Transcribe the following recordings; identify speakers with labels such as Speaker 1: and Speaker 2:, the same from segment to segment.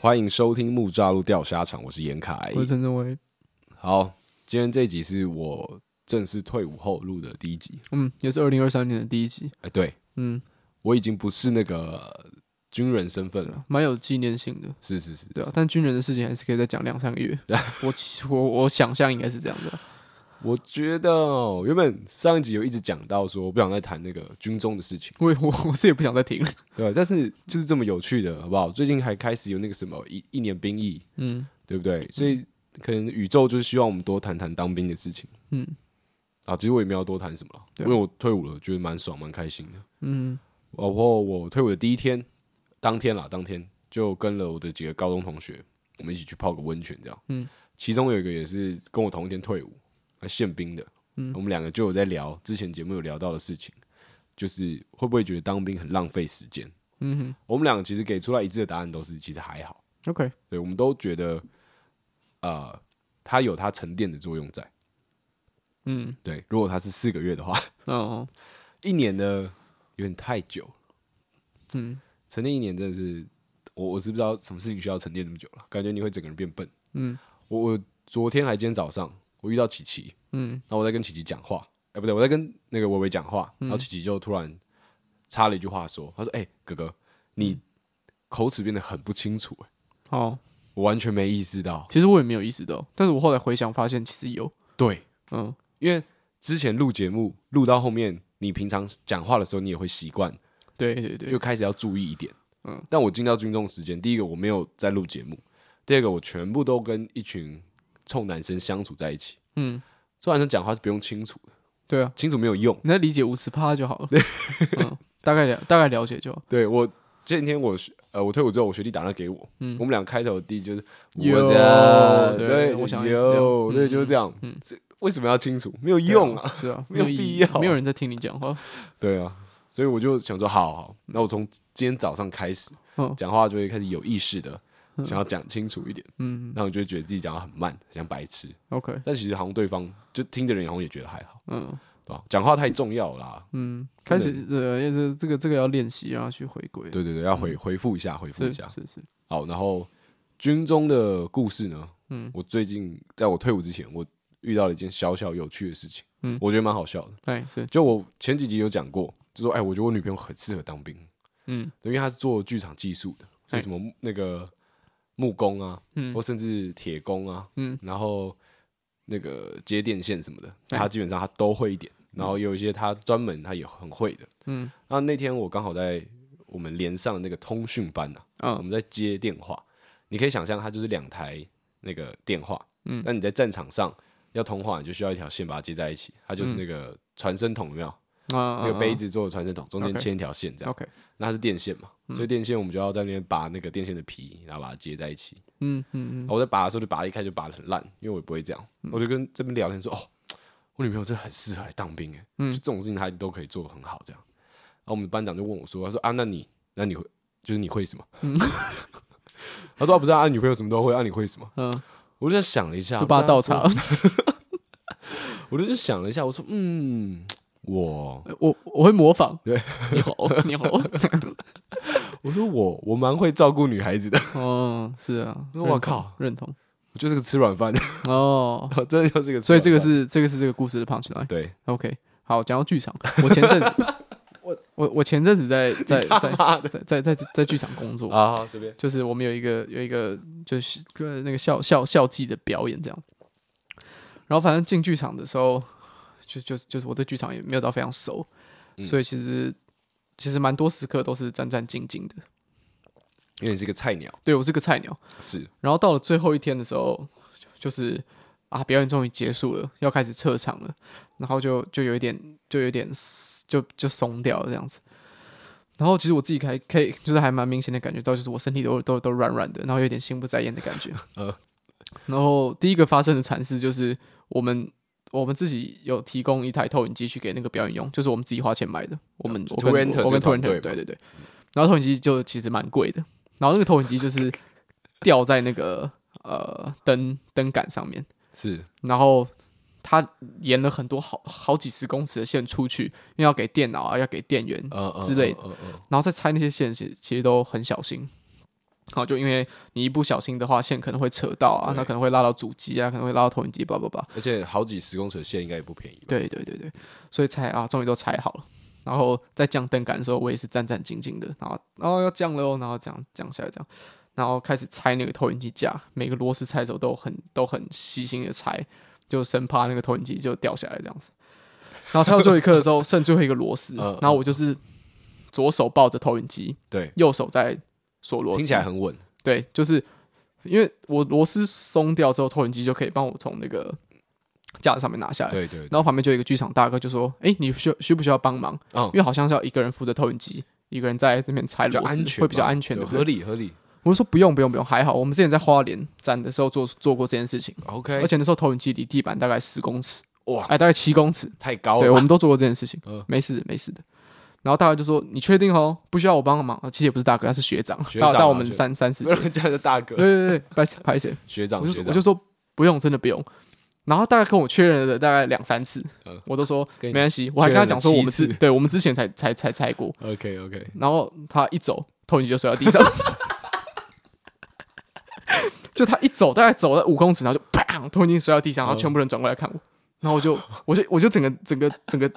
Speaker 1: 欢迎收听木栅路钓虾场，我是严凯。
Speaker 2: 我是陈正威，
Speaker 1: 好，今天这一集是我正式退伍后录的第一集。
Speaker 2: 嗯，也是二零二三年的第一集，
Speaker 1: 哎、对
Speaker 2: 嗯，
Speaker 1: 我已经不是那个军人身份了。
Speaker 2: 啊蛮有纪念性的，
Speaker 1: 是是是，
Speaker 2: 对啊。但军人的事情还是可以再讲两三个月，
Speaker 1: 啊
Speaker 2: 我其我我想象应该是这样的啊，
Speaker 1: 我觉得哦原本上一集有一直讲到说，我不想再谈那个军中的事情，
Speaker 2: 我也我我是也不想再听了，
Speaker 1: 对吧？但是就是这么有趣的，好不好？最近还开始有那个什么一一年兵役，
Speaker 2: 嗯
Speaker 1: 对不对？所以可能宇宙就是希望我们多谈谈当兵的事情
Speaker 2: 嗯
Speaker 1: 啊。其实我也没有多谈什么了，因
Speaker 2: 对啊
Speaker 1: 为我退伍了，觉得蛮爽蛮开心的。
Speaker 2: 嗯
Speaker 1: 然后哦我退伍的第一天，当天啦，当天就跟了我的几个高中同学，我们一起去泡个温泉，这样。
Speaker 2: 嗯，
Speaker 1: 其中有一个也是跟我同一天退伍，啊宪兵的。
Speaker 2: 嗯
Speaker 1: 我们两个就有在聊之前节目有聊到的事情，就是会不会觉得当兵很浪费时间？
Speaker 2: 嗯
Speaker 1: 我们两个其实给出来一致的答案都是，其实还好。
Speaker 2: 哼，OK，
Speaker 1: 对，我们都觉得，呃，它有它沉淀的作用在。
Speaker 2: 嗯
Speaker 1: 对，如果它是四个月的话，
Speaker 2: 哦
Speaker 1: 一年呢有点太久了。
Speaker 2: 嗯
Speaker 1: 沉淀一年真的是，我我是不知道什么事情需要沉淀这么久了，感觉你会整个人变笨。
Speaker 2: 嗯
Speaker 1: 我我昨天还今天早上我遇到琪琪，
Speaker 2: 嗯
Speaker 1: 然后我在跟琪琪讲话，哎、不对，我在跟那个伟伟讲话，然后琪琪就突然插了一句话说，他说：“哎、哥哥，
Speaker 2: 嗯
Speaker 1: 你口齿变得很不清楚、哎，
Speaker 2: 好，
Speaker 1: 我完全没意识到。
Speaker 2: 其实我也没有意识到，但是我后来回想发现其实有，”
Speaker 1: 对，
Speaker 2: 嗯
Speaker 1: 因为之前录节目录到后面，你平常讲话的时候你也会习惯，
Speaker 2: 对对对，
Speaker 1: 就开始要注意一点。
Speaker 2: 嗯，
Speaker 1: 但我进到军中时间，第一个我没有在录节目，第二个我全部都跟一群臭男生相处在一起。
Speaker 2: 嗯
Speaker 1: 臭男生讲话是不用清楚的，
Speaker 2: 对啊，
Speaker 1: 清楚没有用。
Speaker 2: 你再理解五十趴就好了，嗯，大概了大概了解就好，
Speaker 1: 对我前几天我学呃我退伍之后，我学弟打电话给我，
Speaker 2: 嗯
Speaker 1: 我们俩开头的第一句就是
Speaker 2: 哟
Speaker 1: 我家
Speaker 2: 对
Speaker 1: 对，
Speaker 2: 我想也是这样
Speaker 1: 有
Speaker 2: 嗯
Speaker 1: 对就是这样，嗯，为什么要清楚？没有 用啊，
Speaker 2: 是啊，
Speaker 1: 没
Speaker 2: 没
Speaker 1: 有
Speaker 2: 有意
Speaker 1: 必
Speaker 2: 义
Speaker 1: 要，
Speaker 2: 没有人在听你讲话，
Speaker 1: 对啊，所以我就想说，好好，那我从今天早上开始
Speaker 2: 嗯
Speaker 1: 讲话就会开始有意识的想要讲清楚一点，
Speaker 2: 嗯
Speaker 1: 那我就会觉得自己讲话很慢，像白痴，
Speaker 2: ，OK，
Speaker 1: 但其实好像对方就听的人好像也觉得还好，
Speaker 2: 嗯。
Speaker 1: 对吧？讲话太重要了啦，
Speaker 2: 嗯，开始呃，这这个这个要练习，然后去回归。
Speaker 1: 对对对，要回回复一下，回复一
Speaker 2: 嗯是
Speaker 1: 下。
Speaker 2: 是是，
Speaker 1: 好，然后军中的故事呢？
Speaker 2: 嗯
Speaker 1: 我最近在我退伍之前，我遇到了一件小小有趣的事情，
Speaker 2: 嗯
Speaker 1: 我觉得蛮好笑的。
Speaker 2: 哎是，
Speaker 1: 就我前几集有讲过，就说哎，我觉得我女朋友很适合当兵，
Speaker 2: 嗯
Speaker 1: 对因为她是做剧场技术的，就
Speaker 2: 哎
Speaker 1: 什么木那个木工啊，
Speaker 2: 嗯
Speaker 1: 或甚至铁工啊，
Speaker 2: 嗯
Speaker 1: 然后那个接电线什么的，
Speaker 2: 哎
Speaker 1: 她基本上她都会一点。然后有一些她专门她也很会的。
Speaker 2: 嗯
Speaker 1: 那那天我刚好在我们连上的那个通讯班啊，我
Speaker 2: 啊
Speaker 1: 们在接电话，你可以想象它就是两台那个电话，
Speaker 2: 嗯
Speaker 1: 那你在战场上要通话，你就需要一条线把它接在一起，它
Speaker 2: 嗯
Speaker 1: 就是那个传声筒，有没有？
Speaker 2: 啊，
Speaker 1: 那个杯
Speaker 2: 啊
Speaker 1: 子做的传声筒，中间
Speaker 2: OK
Speaker 1: 牵一条线这样，
Speaker 2: OK，
Speaker 1: 那它是电线嘛，
Speaker 2: 嗯
Speaker 1: 所以电线我们就要在那边拔那个电线的皮，然后把它接在一起。
Speaker 2: 嗯嗯嗯
Speaker 1: 我在拔的时候就拔一开就拔的很烂，因为我也不会这样，我就跟这边聊天说，哦，我女朋友真的很适合来当兵哎，
Speaker 2: 嗯
Speaker 1: 就这种事情她都可以做的很好这样。然后我们班长就问我说，他说啊，那你那你会就是你会什么？
Speaker 2: 嗯
Speaker 1: 他说、啊、不是啊，啊女朋友什么都会，啊你会什么？
Speaker 2: 嗯，
Speaker 1: 我就在想了一下，
Speaker 2: 就把它倒
Speaker 1: 我
Speaker 2: 茶
Speaker 1: 跟。他说，我就在想了一下，我说嗯，我
Speaker 2: 我我会模仿，
Speaker 1: 对，
Speaker 2: 你好 你好，
Speaker 1: 我说我我蛮会照顾女孩子的，
Speaker 2: 哦是啊，
Speaker 1: 我
Speaker 2: 认同
Speaker 1: 靠
Speaker 2: 认同
Speaker 1: 我就是个吃软饭，
Speaker 2: 哦，
Speaker 1: 我真的就是个吃软饭，
Speaker 2: 所以这个是这个是这个故事的 punch line。
Speaker 1: 对，
Speaker 2: OK，好，讲到剧场，我前阵 我我我前阵子在在在
Speaker 1: 妈的
Speaker 2: 在在在在剧场工作，
Speaker 1: 啊，好随便，
Speaker 2: 就是我们有一个有一个就是呃那个校校校际的表演这样。然后反正进剧场的时候，就就是就是我对剧场也没有到非常熟，
Speaker 1: 嗯
Speaker 2: 所以其实其实蛮多时刻都是战战兢兢的。
Speaker 1: 因为你是个菜鸟，
Speaker 2: 对我是个菜鸟。
Speaker 1: 是
Speaker 2: 然后到了最后一天的时候，就就是啊表演终于结束了，要开始撤场了，然后就就有一点就有点就就松掉了这样子。然后其实我自己还可以，就是还蛮明显的感觉到，就是我身体都都都软软的，然后有点心不在焉的感 觉。
Speaker 1: 呃
Speaker 2: 然后第一个发生的惨事就是我们我们自己有提供一台投影机去给那个表演用，就是我们自己花钱买的。我们
Speaker 1: 哦就
Speaker 2: 我跟
Speaker 1: Torrenter 这
Speaker 2: 我跟
Speaker 1: 个团
Speaker 2: Torrent
Speaker 1: 队
Speaker 2: 对
Speaker 1: 嘛
Speaker 2: 对对，然后投影机就其实蛮贵的，然后那个投影机就是 吊在那个呃灯灯杆上面，
Speaker 1: 是，
Speaker 2: 然后它沿了很多好好几十公尺的线出去，因为要给电脑啊，要给电源，
Speaker 1: 呃
Speaker 2: 之类的
Speaker 1: 的，嗯嗯嗯
Speaker 2: 然后再拆那些线，其实其实都很小心。好，就因为你一不小心的话，线可能会扯到啊，
Speaker 1: 对
Speaker 2: 它可能会拉到主机啊，可能会拉到投影机，叭叭叭。
Speaker 1: 而且好几十公尺的线应该也不便宜吧？
Speaker 2: 对对对对，所以拆啊，终于都拆好了。然后在降灯杆的时候，我也是战战兢兢的，然后哦要降了哦，然后这样降下来这样，然后开始拆那个投影机架，每个螺丝拆的时候都很都很细心的拆，就生怕那个投影机就掉下来这样子。然后拆到最后一刻的时候，剩最后一个螺丝，
Speaker 1: 嗯
Speaker 2: 然后我就是左手抱着投影机，
Speaker 1: 对，
Speaker 2: 右手在锁螺丝，
Speaker 1: 听起来很稳，
Speaker 2: 对，就是因为我螺丝松掉之后，投影机就可以帮我从那个架子上面拿下来。
Speaker 1: 对对，
Speaker 2: 然后旁边就有一个剧场大哥就说：“哎、你需需不需要帮忙？
Speaker 1: 嗯
Speaker 2: 因为好像是要一个人负责投影机，一个人在那边拆
Speaker 1: 比较
Speaker 2: 螺丝
Speaker 1: 安，全吧，
Speaker 2: 会比较安全，
Speaker 1: 对
Speaker 2: 对不
Speaker 1: 合
Speaker 2: 对
Speaker 1: 理合理。？”
Speaker 2: 我就说：“不用，不用，不用，还好。我们之前在花莲展的时候做做过这件事情，
Speaker 1: OK，
Speaker 2: 而且那时候投影机离地板大概十公尺，
Speaker 1: 哎哇
Speaker 2: 哎，大概七公尺，
Speaker 1: 太高
Speaker 2: 对，
Speaker 1: 了
Speaker 2: 我
Speaker 1: 吧，
Speaker 2: 们都做过这件事情
Speaker 1: 嗯，
Speaker 2: 没事的，没事的。”然后大哥就说：“你确定哦？不需要我帮忙。”啊其实也不是大哥，他是学长，
Speaker 1: 学
Speaker 2: 大
Speaker 1: 长啊
Speaker 2: 大我们
Speaker 1: 学
Speaker 2: 三三十
Speaker 1: 没有人叫他大哥
Speaker 2: 对对对，拍谁拍谁，
Speaker 1: 学长
Speaker 2: 我就
Speaker 1: 学
Speaker 2: 说
Speaker 1: 长
Speaker 2: 我就，说不用，真的不用。然后大概跟我确认了大概两三次，
Speaker 1: 嗯
Speaker 2: 我都说
Speaker 1: 跟
Speaker 2: 没
Speaker 1: 你
Speaker 2: 关系，我还跟他讲说
Speaker 1: 确认了
Speaker 2: 我们之
Speaker 1: 七次
Speaker 2: 对我们之前才才才拆过，
Speaker 1: OK OK，
Speaker 2: 然后他一走，投影机就摔 到地上，就他一走，大概走了五公尺，然后就砰，投影机摔到地上，然
Speaker 1: 嗯
Speaker 2: 后全部人转过来看我，然后我就我就我就整个整个整个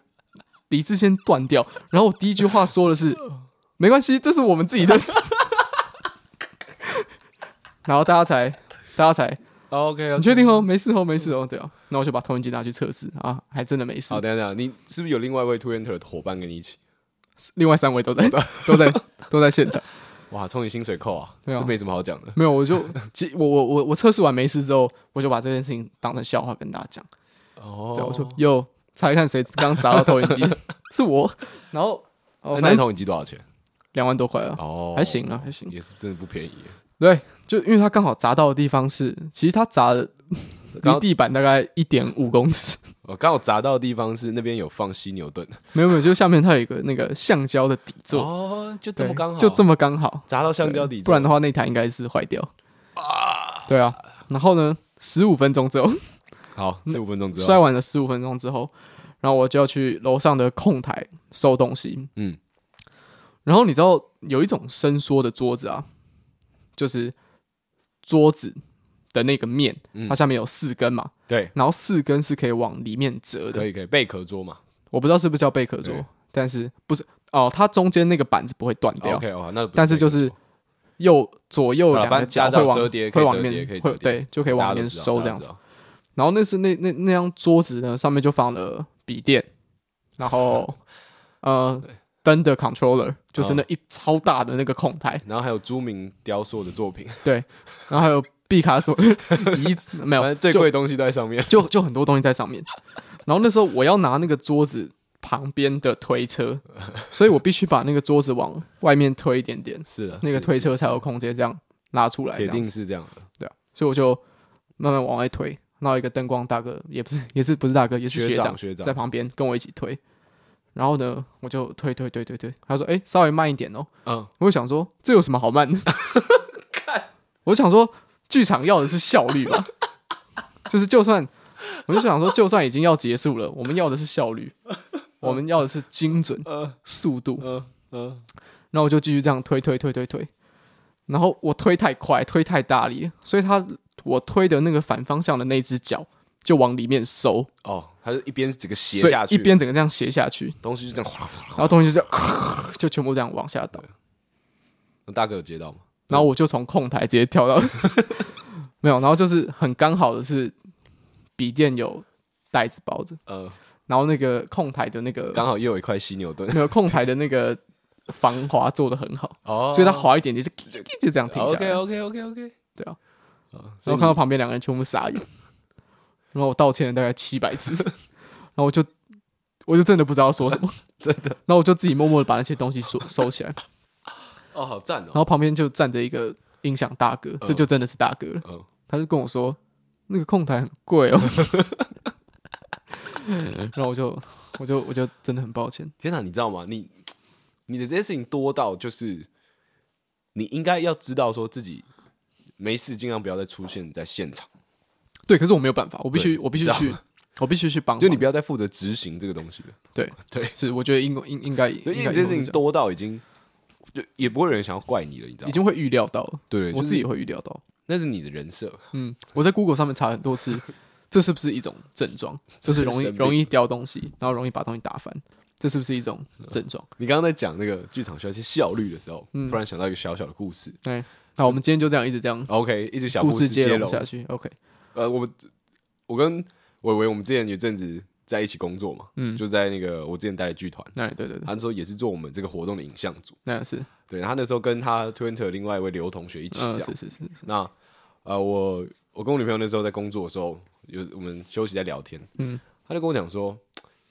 Speaker 2: 理智先断掉，然后我第一句话说的是没关系，这是我们自 己的，然后大家才大家才
Speaker 1: OK，
Speaker 2: 你确定哦？没事哦，没事哦，对啊，那我就把投影机拿去测试啊，还真的没事
Speaker 1: 好，。等一下等一下，你是不是有另外一位 Two Enter 的伙伴跟你一起？
Speaker 2: 另外三位都在都在都在现场，
Speaker 1: 哇，从你薪水扣啊，
Speaker 2: 对啊
Speaker 1: 这没什么好讲的。
Speaker 2: 没有，我就其我我我我测试完没事之后，我就把这件事情当成笑话跟大家讲。
Speaker 1: 哦
Speaker 2: 对，我说哟，猜看谁刚砸到投影机， 是我。然后哦，
Speaker 1: 那
Speaker 2: 反
Speaker 1: 一
Speaker 2: 正
Speaker 1: 桶你机多少钱？
Speaker 2: 两万多块啊，
Speaker 1: 哦，
Speaker 2: 还行啊，，还行。
Speaker 1: 也是真的不便宜。
Speaker 2: 对，就因为他刚好砸到的地方是，其实他砸的
Speaker 1: 刚
Speaker 2: 离地板大概一点五公尺。
Speaker 1: 我哦刚好砸到的地方是那边有放犀牛盾，
Speaker 2: 没有没有，就下面它有一个那个橡胶的底座，
Speaker 1: 哦，就
Speaker 2: 对
Speaker 1: 这么刚好，
Speaker 2: 就这么刚好。
Speaker 1: 砸到橡胶底座，
Speaker 2: 不然的话那台应该是坏掉啊。对啊，然后呢，十五分钟之后
Speaker 1: 好，十五分钟之
Speaker 2: 嗯摔
Speaker 1: 后，
Speaker 2: 完了十五分钟之后，然后我就要去楼上的控台收东西。
Speaker 1: 嗯，
Speaker 2: 然后你知道有一种伸缩的桌子啊，就是桌子的那个面，
Speaker 1: 嗯
Speaker 2: 它下面有四根嘛，
Speaker 1: 对，
Speaker 2: 然后四根是可以往里面折
Speaker 1: 可
Speaker 2: 的。
Speaker 1: 以可以，贝壳桌嘛
Speaker 2: 我不知道是不是叫贝壳桌
Speaker 1: 对，
Speaker 2: 但是不是哦，它中间那个板子不会断掉。
Speaker 1: ，OK 哦，那不
Speaker 2: 嗯啊但是就是
Speaker 1: 贝壳桌
Speaker 2: 右左右
Speaker 1: 好啦
Speaker 2: 两个
Speaker 1: 啊反正夹
Speaker 2: 脚
Speaker 1: 到
Speaker 2: 会往
Speaker 1: 折叠可
Speaker 2: 会
Speaker 1: 以
Speaker 2: 往
Speaker 1: 折叠
Speaker 2: 面
Speaker 1: 可以折
Speaker 2: 会
Speaker 1: 叠
Speaker 2: 对就可以往
Speaker 1: 大家
Speaker 2: 面
Speaker 1: 都知道
Speaker 2: 收
Speaker 1: 大
Speaker 2: 这
Speaker 1: 家
Speaker 2: 样
Speaker 1: 知
Speaker 2: 子。
Speaker 1: 道
Speaker 2: 然后那是那那那张桌子呢，上面就放了笔电，然后呃灯的 controller 就是
Speaker 1: 嗯
Speaker 2: 那一超大的那个控台，
Speaker 1: 然后还有朱明雕塑的作品，
Speaker 2: 然后还有毕 卡索遗址
Speaker 1: 反
Speaker 2: 没有
Speaker 1: 正最
Speaker 2: 就
Speaker 1: 贵的东西都在上面。
Speaker 2: 就就很多东西在上面。然后那时候我要拿那个桌子旁边的推车， 所以我必须把那个桌子往外面推一点点，
Speaker 1: 是的，啊
Speaker 2: 那个
Speaker 1: 是
Speaker 2: 推
Speaker 1: 是
Speaker 2: 车才有空间这样拉出来。这
Speaker 1: 铁
Speaker 2: 样子。
Speaker 1: 定是这样的。
Speaker 2: 对啊，所以我就慢慢往外推，然后一个灯光大哥也不是也是不是大哥，也是
Speaker 1: 学
Speaker 2: 长
Speaker 1: 长学长
Speaker 2: 在旁边跟我一起推。然后呢，我就推推推推推，他说：“哎、稍微慢一点哦。
Speaker 1: 嗯，”
Speaker 2: 我就想说，这有什么 好慢的？我想说，剧场要的是效率吧，就是就算，我就想说，就算已经要结束了，我们要的是效率，我们要的是精准、
Speaker 1: 嗯
Speaker 2: 速度。
Speaker 1: 嗯嗯，
Speaker 2: 然后我就继续这样推推推推推，然后我推太快，推太大力，所以他我推的那个反方向的那只脚就往里面收，
Speaker 1: 哦，它就一边整个斜
Speaker 2: 所以
Speaker 1: 下去，
Speaker 2: 一边整个这样斜下去，
Speaker 1: 东西就这样哗啦哗啦。
Speaker 2: 然后东西就 这样就全部这样往下倒，
Speaker 1: 那大哥有接到吗？
Speaker 2: 然后我就从控台直接 跳到没有，然后就是很刚好的是笔电有袋子包着，
Speaker 1: 呃，
Speaker 2: 然后那个控台的那个
Speaker 1: 刚好又有一块犀牛盾，
Speaker 2: 没有控台的那个防滑做的很好，
Speaker 1: 哦
Speaker 2: 所以它滑一点点就就这样停下
Speaker 1: OK。
Speaker 2: 来
Speaker 1: OK OK OK，
Speaker 2: 对啊，
Speaker 1: 啊，
Speaker 2: 然后看到旁边两个人全部傻眼，然后我道歉了大概七 百次，然后我就我就真的不知道说什么，
Speaker 1: 真的
Speaker 2: 然后我就自己默默的把那些东西收收起来，
Speaker 1: 哦，好赞
Speaker 2: 然
Speaker 1: 哦，
Speaker 2: 后旁边就站着一个音响大哥，这就真的是大哥了，
Speaker 1: 嗯，
Speaker 2: 他就跟我说那个控台很贵 哦，然后我就我就我就真的很抱歉，
Speaker 1: 天哪，你知道吗？你你的这些事情多到就是你应该要知道说自己没事，尽量不要再出现在现场，
Speaker 2: 对，可是我没有办法，我必须
Speaker 1: 对
Speaker 2: 我必须
Speaker 1: 你知道
Speaker 2: 去。我必须去帮忙，
Speaker 1: 就你不要再负责执行这个东西了。
Speaker 2: 对
Speaker 1: 对，
Speaker 2: 是，我觉得应应应该，
Speaker 1: 因为
Speaker 2: 应
Speaker 1: 你
Speaker 2: 该
Speaker 1: 这些事情
Speaker 2: 应该是这样
Speaker 1: 多到已经就也不会有人想要怪你了，你知道
Speaker 2: 已
Speaker 1: 吗？
Speaker 2: 经会预料到了，
Speaker 1: 对，
Speaker 2: 我
Speaker 1: 就
Speaker 2: 自己
Speaker 1: 是
Speaker 2: 也会预料到。
Speaker 1: 那是你的人设，
Speaker 2: 嗯，我在 Google 上面查很多次，这是不是一种症状？就是容易
Speaker 1: 生病
Speaker 2: 容易掉东西，然后容易把东西打翻，这是不是一种症状？
Speaker 1: 你刚刚在讲那个剧场需要一些效率的时候，
Speaker 2: 嗯
Speaker 1: 突然想到一个小小的故事。
Speaker 2: 对，那哎我们今天就这样一直这样
Speaker 1: OK，一直小
Speaker 2: 故
Speaker 1: 事
Speaker 2: 事接
Speaker 1: 龙
Speaker 2: 龙。下去。OK，
Speaker 1: 呃，我们我跟伟伟，我们之前有一阵子在一起工作嘛，
Speaker 2: 嗯
Speaker 1: 就在那个我之前带的剧团，
Speaker 2: 那对对对，
Speaker 1: 他那时候也是做我们这个活动的影像组。
Speaker 2: 那是，
Speaker 1: 对，然后他那时候跟他 Twitter 另外一位刘同学一起这样。
Speaker 2: 嗯，是是是，是
Speaker 1: 那呃，我我跟我女朋友那时候在工作的时候，有我们休息在聊天，
Speaker 2: 嗯，
Speaker 1: 他就跟我讲说，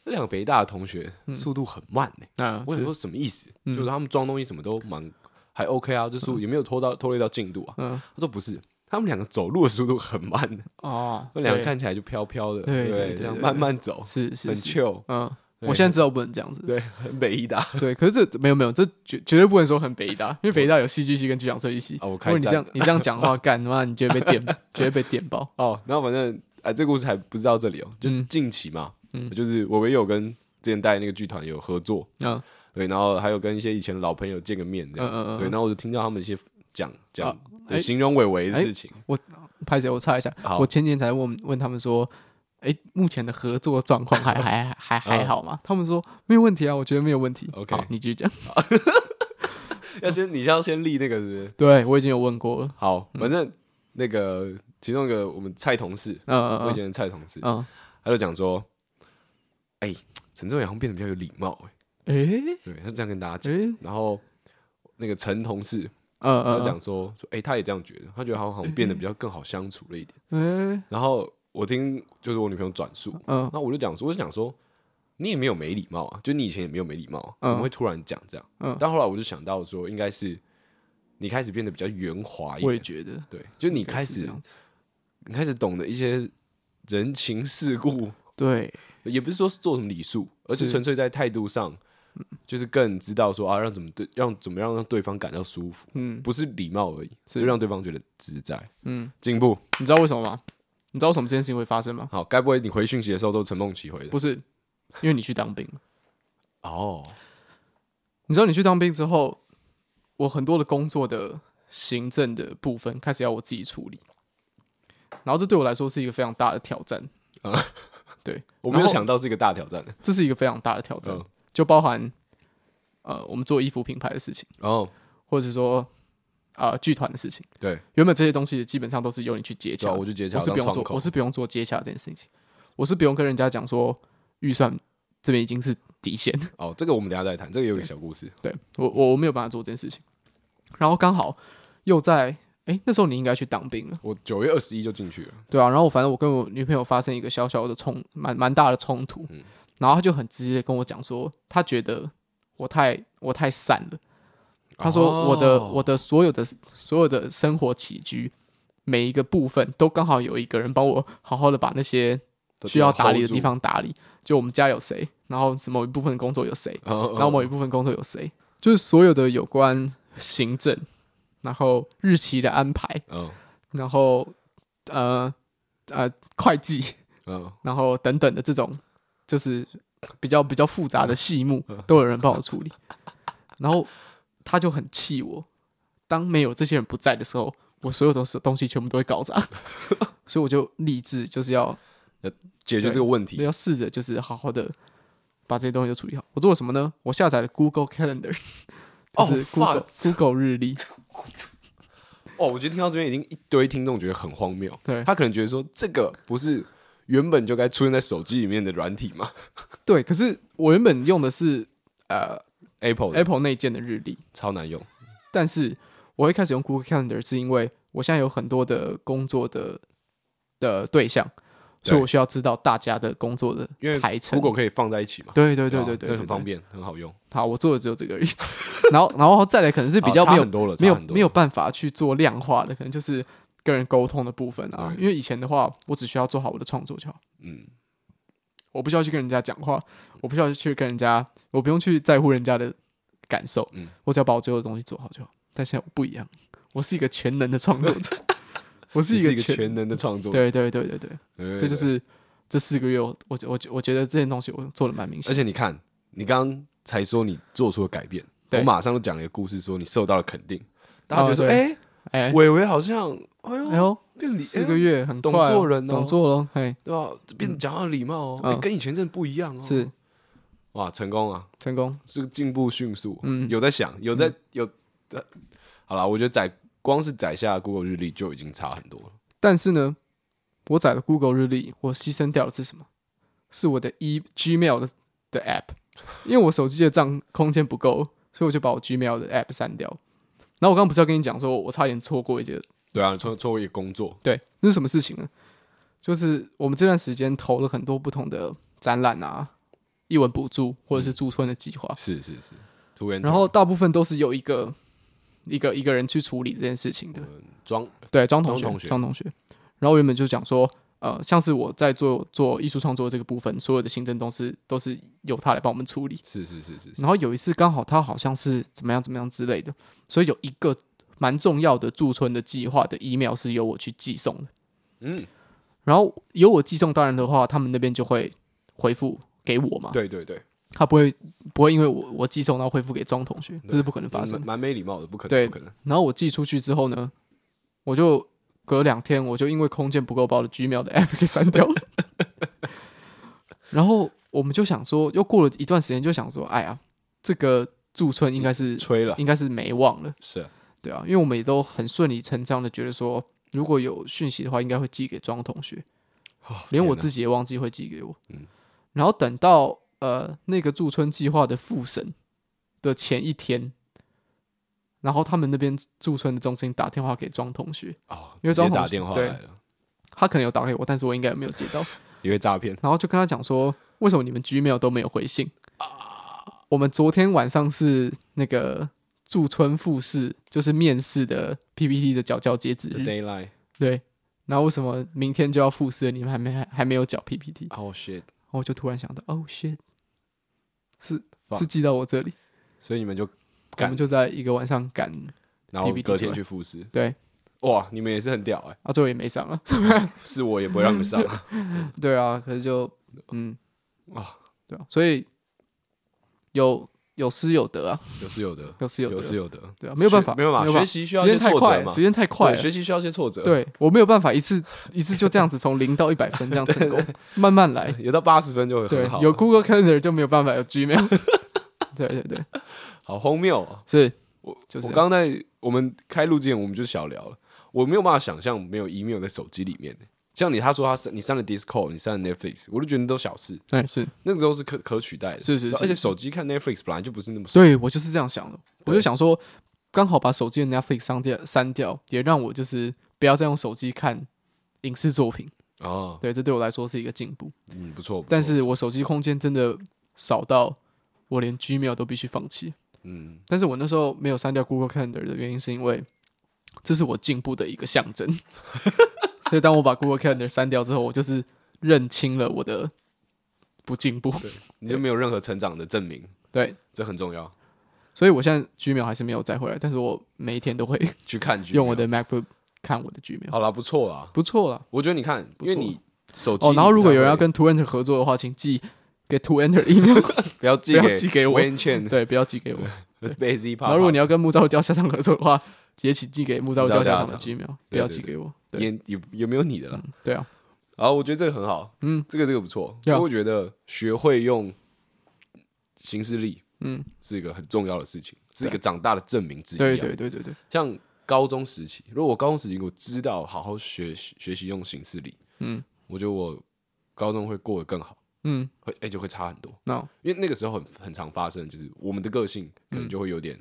Speaker 1: 这两个北大的同学速度很慢呢、
Speaker 2: 那
Speaker 1: 我想
Speaker 2: 是嗯
Speaker 1: 说什么意思？就是他们装东西什么都蛮还 OK 啊，就是也没有拖到拖累到进度啊。
Speaker 2: 嗯
Speaker 1: 他说不是，他们两个走路的速度很慢的，
Speaker 2: 哦，
Speaker 1: 那两个
Speaker 2: 对
Speaker 1: 看起来就飘飘的，
Speaker 2: 对
Speaker 1: 不
Speaker 2: 对对
Speaker 1: 这样
Speaker 2: 对
Speaker 1: 慢
Speaker 2: 对
Speaker 1: 慢走，
Speaker 2: 是是
Speaker 1: 很
Speaker 2: 是
Speaker 1: chill，
Speaker 2: 嗯，
Speaker 1: 对
Speaker 2: 我现在知道不能这样子。
Speaker 1: 对，很北医大。
Speaker 2: 对，可是这没有没有，这绝绝对不能说很北大，因为北大有戏剧系跟剧场设计系。
Speaker 1: 哦我
Speaker 2: 如
Speaker 1: 开
Speaker 2: 果你
Speaker 1: 战
Speaker 2: 这样你这样讲话， 干他妈你绝对被电，绝对被电爆。
Speaker 1: 哦，然后反正哎，这故事还不知道这里哦，就
Speaker 2: 嗯
Speaker 1: 近期嘛，
Speaker 2: 嗯
Speaker 1: 就是我唯有跟之前带那个剧团有合作，
Speaker 2: 嗯
Speaker 1: 对，然后还有跟一些以前的老朋友见个面这
Speaker 2: 嗯
Speaker 1: 样，
Speaker 2: 嗯
Speaker 1: 对，
Speaker 2: 嗯
Speaker 1: 然后我就听到他们一些讲讲
Speaker 2: 啊
Speaker 1: 对
Speaker 2: 哎
Speaker 1: 形容伟伟的事情，
Speaker 2: 嗯，拍谁？我插一下，
Speaker 1: 好
Speaker 2: 我前几天才问问他们说，哎，目前的合作状况还还还还好吗？他们说没有问题啊，我觉得没有问题。
Speaker 1: 嗯 OK
Speaker 2: 好，你继续讲。
Speaker 1: 要先你要先立那个是不是？
Speaker 2: 对我已经有问过了。
Speaker 1: 好，反正那个其中一个我们蔡同事，
Speaker 2: 嗯
Speaker 1: 我以
Speaker 2: 嗯嗯
Speaker 1: 前的蔡同事，
Speaker 2: 嗯，
Speaker 1: 他就讲说，哎，陈正伟好像变得比较有礼貌，哎，
Speaker 2: 哎
Speaker 1: 对，他是这样跟大家讲，
Speaker 2: 哎，
Speaker 1: 然后。那个陈同事，
Speaker 2: 嗯
Speaker 1: 他就
Speaker 2: 嗯
Speaker 1: 讲说说，哎、他也这样觉得，他觉得好像好像变得比较更好相处了一点。
Speaker 2: 嗯，哎
Speaker 1: 然后我听就是我女朋友转述，
Speaker 2: 嗯
Speaker 1: 那我就讲说，我就讲说，你也没有没礼貌啊，就你以前也没有没礼貌、啊，
Speaker 2: 嗯
Speaker 1: 怎么会突然讲这样？
Speaker 2: 嗯
Speaker 1: 但后来我就想到说，应该是你开始变得比较圆滑一
Speaker 2: 我也
Speaker 1: 点，
Speaker 2: 觉得
Speaker 1: 对，就你
Speaker 2: 应该
Speaker 1: 开
Speaker 2: 是这
Speaker 1: 始
Speaker 2: 样子
Speaker 1: 你开始懂得一些人情世故，
Speaker 2: 对，
Speaker 1: 也不是说是做什么礼数，而是
Speaker 2: 是
Speaker 1: 纯粹在态度上，就是更知道说啊，让怎么对让怎么样让对方感到舒服，
Speaker 2: 嗯
Speaker 1: 不是礼貌而已，
Speaker 2: 是
Speaker 1: 就让对方觉得自在
Speaker 2: 嗯。
Speaker 1: 进步。
Speaker 2: 你知道为什么吗？你知道为什么这件事情会发生吗？
Speaker 1: 好，该不会你回讯息的时候都是陈梦琪回的？
Speaker 2: 不是，因为你去当兵了。
Speaker 1: 哦，
Speaker 2: 你知道你去当兵之后，我很多的工作的行政的部分开始要我自己处理，然后这对我来说是一个非常大的挑战。对，
Speaker 1: 我没有
Speaker 2: 然后
Speaker 1: 想到是一个大挑战
Speaker 2: 这是一个非常大的挑战，
Speaker 1: 嗯
Speaker 2: 就包含呃我们做衣服品牌的事情，
Speaker 1: 哦，
Speaker 2: 或者是说啊剧团的事情。
Speaker 1: 对，
Speaker 2: 原本这些东西基本上都是由你去接
Speaker 1: 对
Speaker 2: 洽
Speaker 1: 啊，，我就直接
Speaker 2: 我
Speaker 1: 讲
Speaker 2: 是
Speaker 1: 当
Speaker 2: 不用
Speaker 1: 窗
Speaker 2: 做，
Speaker 1: 口
Speaker 2: 我，是不用做接洽这件事情，我是不用跟人家讲说预算这边已经是底线，
Speaker 1: 哦，这个我们等一下再谈，这个有个小故事。
Speaker 2: 对我我我没有办法做这件事情。然后刚好又在哎、那时候你应该去当兵了，
Speaker 1: 我九月二十一就进去了，
Speaker 2: 对啊。然后反正我跟我女朋友发生一个小小的冲，蛮蛮大的冲突，
Speaker 1: 嗯
Speaker 2: 然后她就很直接地跟我讲说，她觉得我太我太散了。她说我的、
Speaker 1: 哦
Speaker 2: 我的所有的所有的生活起居。每一个部分都刚好有一个人帮我好好的把那些
Speaker 1: 都
Speaker 2: 需要打理的
Speaker 1: hold 住
Speaker 2: 地，方打理。就我们家有谁，然后某一部分工作有谁，然
Speaker 1: 然
Speaker 2: 后某一部分工作有谁，就是所有的有关行政，然后日期的安排，
Speaker 1: 嗯
Speaker 2: 然后呃呃会计，
Speaker 1: 嗯
Speaker 2: 然后等等的这种，就是比较比较复杂的细 目，都有人帮我处理。然后他就很气我，当没有这些人不在的时候，我所有的东西全部都会搞砸， 所以我就立志就是要
Speaker 1: 解决这个问题
Speaker 2: 对，要试着就是好好的把这些东西都处理好。我做了什么呢？我下载了 Google Calendar，
Speaker 1: 哦
Speaker 2: 就是 Google、
Speaker 1: fuck
Speaker 2: Google 日历。
Speaker 1: 哦，我觉得听到这边已经一堆听众觉得很荒谬，
Speaker 2: 对
Speaker 1: 他可能觉得说这个不是原本就该出现在手机里面的软体吗
Speaker 2: 对，可是我原本用的是呃
Speaker 1: ？Apple 的
Speaker 2: Apple 内建的日历，
Speaker 1: 超难用，
Speaker 2: 但是我一开始用 Google Calendar 是因为我现在有很多的工作的的对象，所以
Speaker 1: 对
Speaker 2: 我需要知道大家的工作的
Speaker 1: 因为
Speaker 2: 排程。
Speaker 1: Google 可以放在一起嘛？
Speaker 2: 对对
Speaker 1: 对
Speaker 2: 对
Speaker 1: 吧
Speaker 2: 对对，
Speaker 1: 这很方
Speaker 2: 便。
Speaker 1: 便，很好用，
Speaker 2: 好，我做的只有这个而已。 然后，然后再来可能是比较
Speaker 1: 好差
Speaker 2: 没有
Speaker 1: 很多了，
Speaker 2: 没有
Speaker 1: 差很多
Speaker 2: 没有办法去做量化的，可能就是跟人沟通的部分啊。
Speaker 1: 对
Speaker 2: 因为以前的话，我只需要做好我的创作就好，
Speaker 1: 嗯，
Speaker 2: 我不需要去跟人家讲话，我不需要去跟人家，我不用去在乎人家的感受，
Speaker 1: 嗯
Speaker 2: 我只要把我最后的东西做好就好。但现在我不一样，我是一个全能的创 作者，我是
Speaker 1: 这 是
Speaker 2: 一个
Speaker 1: 一个全能的创作者，
Speaker 2: 对对对对对，
Speaker 1: 对，
Speaker 2: 这就
Speaker 1: 对
Speaker 2: 是这四个月我我我我觉得这件东西我做的蛮明
Speaker 1: 而
Speaker 2: 显，
Speaker 1: 且你看，你刚刚才说你做出了改变，
Speaker 2: 对
Speaker 1: 我马上就讲了一个故事，说你受到了肯定，大家觉得说，
Speaker 2: 哦对
Speaker 1: 哎、
Speaker 2: 哎
Speaker 1: 伟伟好像，哎
Speaker 2: 哎
Speaker 1: 呦，
Speaker 2: 呦，
Speaker 1: 变礼
Speaker 2: 四
Speaker 1: 哎
Speaker 2: 个
Speaker 1: 呦
Speaker 2: 月很快
Speaker 1: 懂
Speaker 2: 哦，
Speaker 1: 做人哦
Speaker 2: 懂做了，哎，
Speaker 1: 对吧？变讲话礼貌哦、
Speaker 2: 嗯
Speaker 1: 哎跟以前真的不一样哦。
Speaker 2: 是
Speaker 1: 哇，成功啊，
Speaker 2: 成功，
Speaker 1: 这个进步迅速，哦
Speaker 2: 嗯
Speaker 1: 有在想，有在、有，呃好啦，我觉得载光是载下 Google 日历就已经差很多了。
Speaker 2: 但是呢，我载了 Google 日历，我牺牲掉的是什么？是我的 E Gmail 的的 App，因为我手机的账空间不够，所以我就把我 Gmail 的 App 删掉。然后我刚刚不是要跟你讲说，我差点错过一件，
Speaker 1: 对啊，错错过一个工作，
Speaker 2: 对，那是什么事情呢？就是我们这段时间投了很多不同的展览啊、译文补助或者是驻村的计划，
Speaker 1: 是是是，突然
Speaker 2: 然后大部分都是有一个一个一个人去处理这件事情的。
Speaker 1: 装
Speaker 2: 对，张同
Speaker 1: 张
Speaker 2: 学，
Speaker 1: 同学
Speaker 2: 张同学。然后原本就讲说，呃，像是我在做做艺术创作这个部分，所有的行政都是都是由他来帮我们处理。
Speaker 1: 是是是是是，
Speaker 2: 然后有一次刚好他好像是怎么样怎么样之类的，所以有一个蛮重要的驻村的计划的 email 是由我去寄送的。
Speaker 1: 嗯，
Speaker 2: 然后由我寄送，当然的话，他们那边就会回复给我嘛，
Speaker 1: 对对对，
Speaker 2: 他不会不会因为我我寄送然后回复给庄同学，这是不可能发
Speaker 1: 蛮
Speaker 2: 生的
Speaker 1: 蛮。蛮没礼貌的，不可
Speaker 2: 对
Speaker 1: 能，不可能，
Speaker 2: 然后我寄出去之后呢，我就隔两天，我就因为空间不够，把我的 Gmail 的 app 给删掉了。然后我们就想说，又过了一段时间，就想说，哎呀，这个驻村应该是
Speaker 1: 吹了，
Speaker 2: 应该是没忘了，
Speaker 1: 是啊
Speaker 2: 对啊，因为我们也都很顺理成章的觉得说，如果有讯息的话，应该会寄给庄同学，
Speaker 1: 哦
Speaker 2: 连我
Speaker 1: 天哪
Speaker 2: 自己也忘记会寄给我。
Speaker 1: 嗯
Speaker 2: 然后等到呃那个驻村计划的复审的前一天，然后他们那边驻村的中心打电话给庄同学，
Speaker 1: 哦，
Speaker 2: 因
Speaker 1: 直
Speaker 2: 为张
Speaker 1: 接
Speaker 2: 同
Speaker 1: 打
Speaker 2: 学
Speaker 1: 电话
Speaker 2: 对
Speaker 1: 来了，
Speaker 2: 他可能有打给我，但是我应该也没有接 到。
Speaker 1: 因为诈骗，
Speaker 2: 然后就跟他讲说，为什么你们 Gmail 都没有回信？我们昨天晚上是那个驻村复试，就是面试的 PPT 的缴交截止
Speaker 1: The
Speaker 2: 日，
Speaker 1: daylight，
Speaker 2: 对。然后为什么明天就要复试了，你们还没还还没有缴 PPT？
Speaker 1: 哦 shit，
Speaker 2: 然后我就突然想到，哦、shit，是
Speaker 1: Fuck
Speaker 2: 是寄到我这里，
Speaker 1: 所以你们就
Speaker 2: 我
Speaker 1: 赶
Speaker 2: 们，就在一个晚上赶，
Speaker 1: 然后
Speaker 2: PPT
Speaker 1: 隔
Speaker 2: 出
Speaker 1: 天
Speaker 2: 来
Speaker 1: 去复试，
Speaker 2: 对，
Speaker 1: 哇，你们也是很屌哎，
Speaker 2: 啊，最后也没上了，
Speaker 1: 是我也不会让你们上啊，
Speaker 2: 对啊，可是就嗯，
Speaker 1: 哇，
Speaker 2: 对啊，所以有有失有得啊，
Speaker 1: 有是有的，
Speaker 2: 有 失有
Speaker 1: 有
Speaker 2: 得，
Speaker 1: 是有的，
Speaker 2: 对啊，没有办
Speaker 1: 学
Speaker 2: 法，
Speaker 1: 没有办法，学习需要
Speaker 2: 时
Speaker 1: 一些
Speaker 2: 间太
Speaker 1: 挫
Speaker 2: 快
Speaker 1: 折
Speaker 2: 了，
Speaker 1: 嘛
Speaker 2: 时，间太快
Speaker 1: 对
Speaker 2: 了。
Speaker 1: 学习需要一些挫折，，
Speaker 2: 对我没有办法一次一次就这样子从零到一百分这样成功，慢慢来。
Speaker 1: 有到八十分就会
Speaker 2: 对
Speaker 1: 很好，了，
Speaker 2: 有 Google Calendar 就没有办法 有 Gmail。对对对，
Speaker 1: 好荒谬啊！
Speaker 2: 是
Speaker 1: 我
Speaker 2: 就是
Speaker 1: 我
Speaker 2: 这样
Speaker 1: 刚刚在我们开录之前，我们就小聊了。我没有办法想象没有 email 在手机里面、欸像你，他说他删你删了 Discord，你删了 Netflix，我就觉得都小事，
Speaker 2: 对哎是，
Speaker 1: 那个都是可可取代的。
Speaker 2: 是是是
Speaker 1: 而且手机看 Netflix 本来就不是那么爽。
Speaker 2: 对我就是这样想的，我就
Speaker 1: 对
Speaker 2: 想说，刚好把手机的 Netflix 删掉，删掉也让我就是不要再用手机看影视作品。
Speaker 1: 哦，
Speaker 2: 对，这对我来说是一个进步。
Speaker 1: 嗯，不错。不错
Speaker 2: 但是我手机空间真的少到我连 Gmail 都必须放弃。
Speaker 1: 嗯，
Speaker 2: 但是我那时候没有删掉 Google Calendar 的原因，是因为这是我进步的一个象 征。所以当我把 Google Calendar 删掉之后，我就是认清了我的不进步。
Speaker 1: 你就没有任何成长的证明，
Speaker 2: 对，
Speaker 1: 这很重要。
Speaker 2: 所以我现在 Gmail 还是没有再回来，但是我每一天都会
Speaker 1: 去看剧，
Speaker 2: 用我的 MacBook 看我的 Gmail，
Speaker 1: 好啦，不错啦。
Speaker 2: 不错啦。
Speaker 1: 我觉得你看，
Speaker 2: 不
Speaker 1: 因
Speaker 2: 错
Speaker 1: 为你手机
Speaker 2: 哦，
Speaker 1: 你不太会，
Speaker 2: 然后如果有人要跟 To Enter 合作的话，请寄给 To Enter 的 email，
Speaker 1: 不要寄
Speaker 2: 不要寄给我
Speaker 1: w i n c h a n
Speaker 2: 对，不要寄给我。
Speaker 1: Lazy p
Speaker 2: 然后如果你要跟木造雕像厂合作的话， 也请寄给木造雕像厂的
Speaker 1: 木造
Speaker 2: Gmail，不
Speaker 1: 对
Speaker 2: 要
Speaker 1: 对
Speaker 2: 寄给我。对
Speaker 1: 也有有没有你的啦？
Speaker 2: 对啊，
Speaker 1: 啊，我觉得这个很好，
Speaker 2: 嗯
Speaker 1: 嗯，这个这个不错，
Speaker 2: 对
Speaker 1: 因
Speaker 2: 啊
Speaker 1: 为我觉得学会用行事力
Speaker 2: 嗯，
Speaker 1: 是一个很重要的事情，是一个长大的证明之一、啊。
Speaker 2: 对对，对对对，
Speaker 1: 像高中时期，如果我高中时期我知道好好学习学习用行事力，
Speaker 2: 嗯
Speaker 1: 我觉得我高中会过得更好，
Speaker 2: 嗯，哦
Speaker 1: 会哎、就会差很多，
Speaker 2: 那
Speaker 1: 因为那个时候很很常发生，就是我们的个性可
Speaker 2: 嗯
Speaker 1: 能就会有点、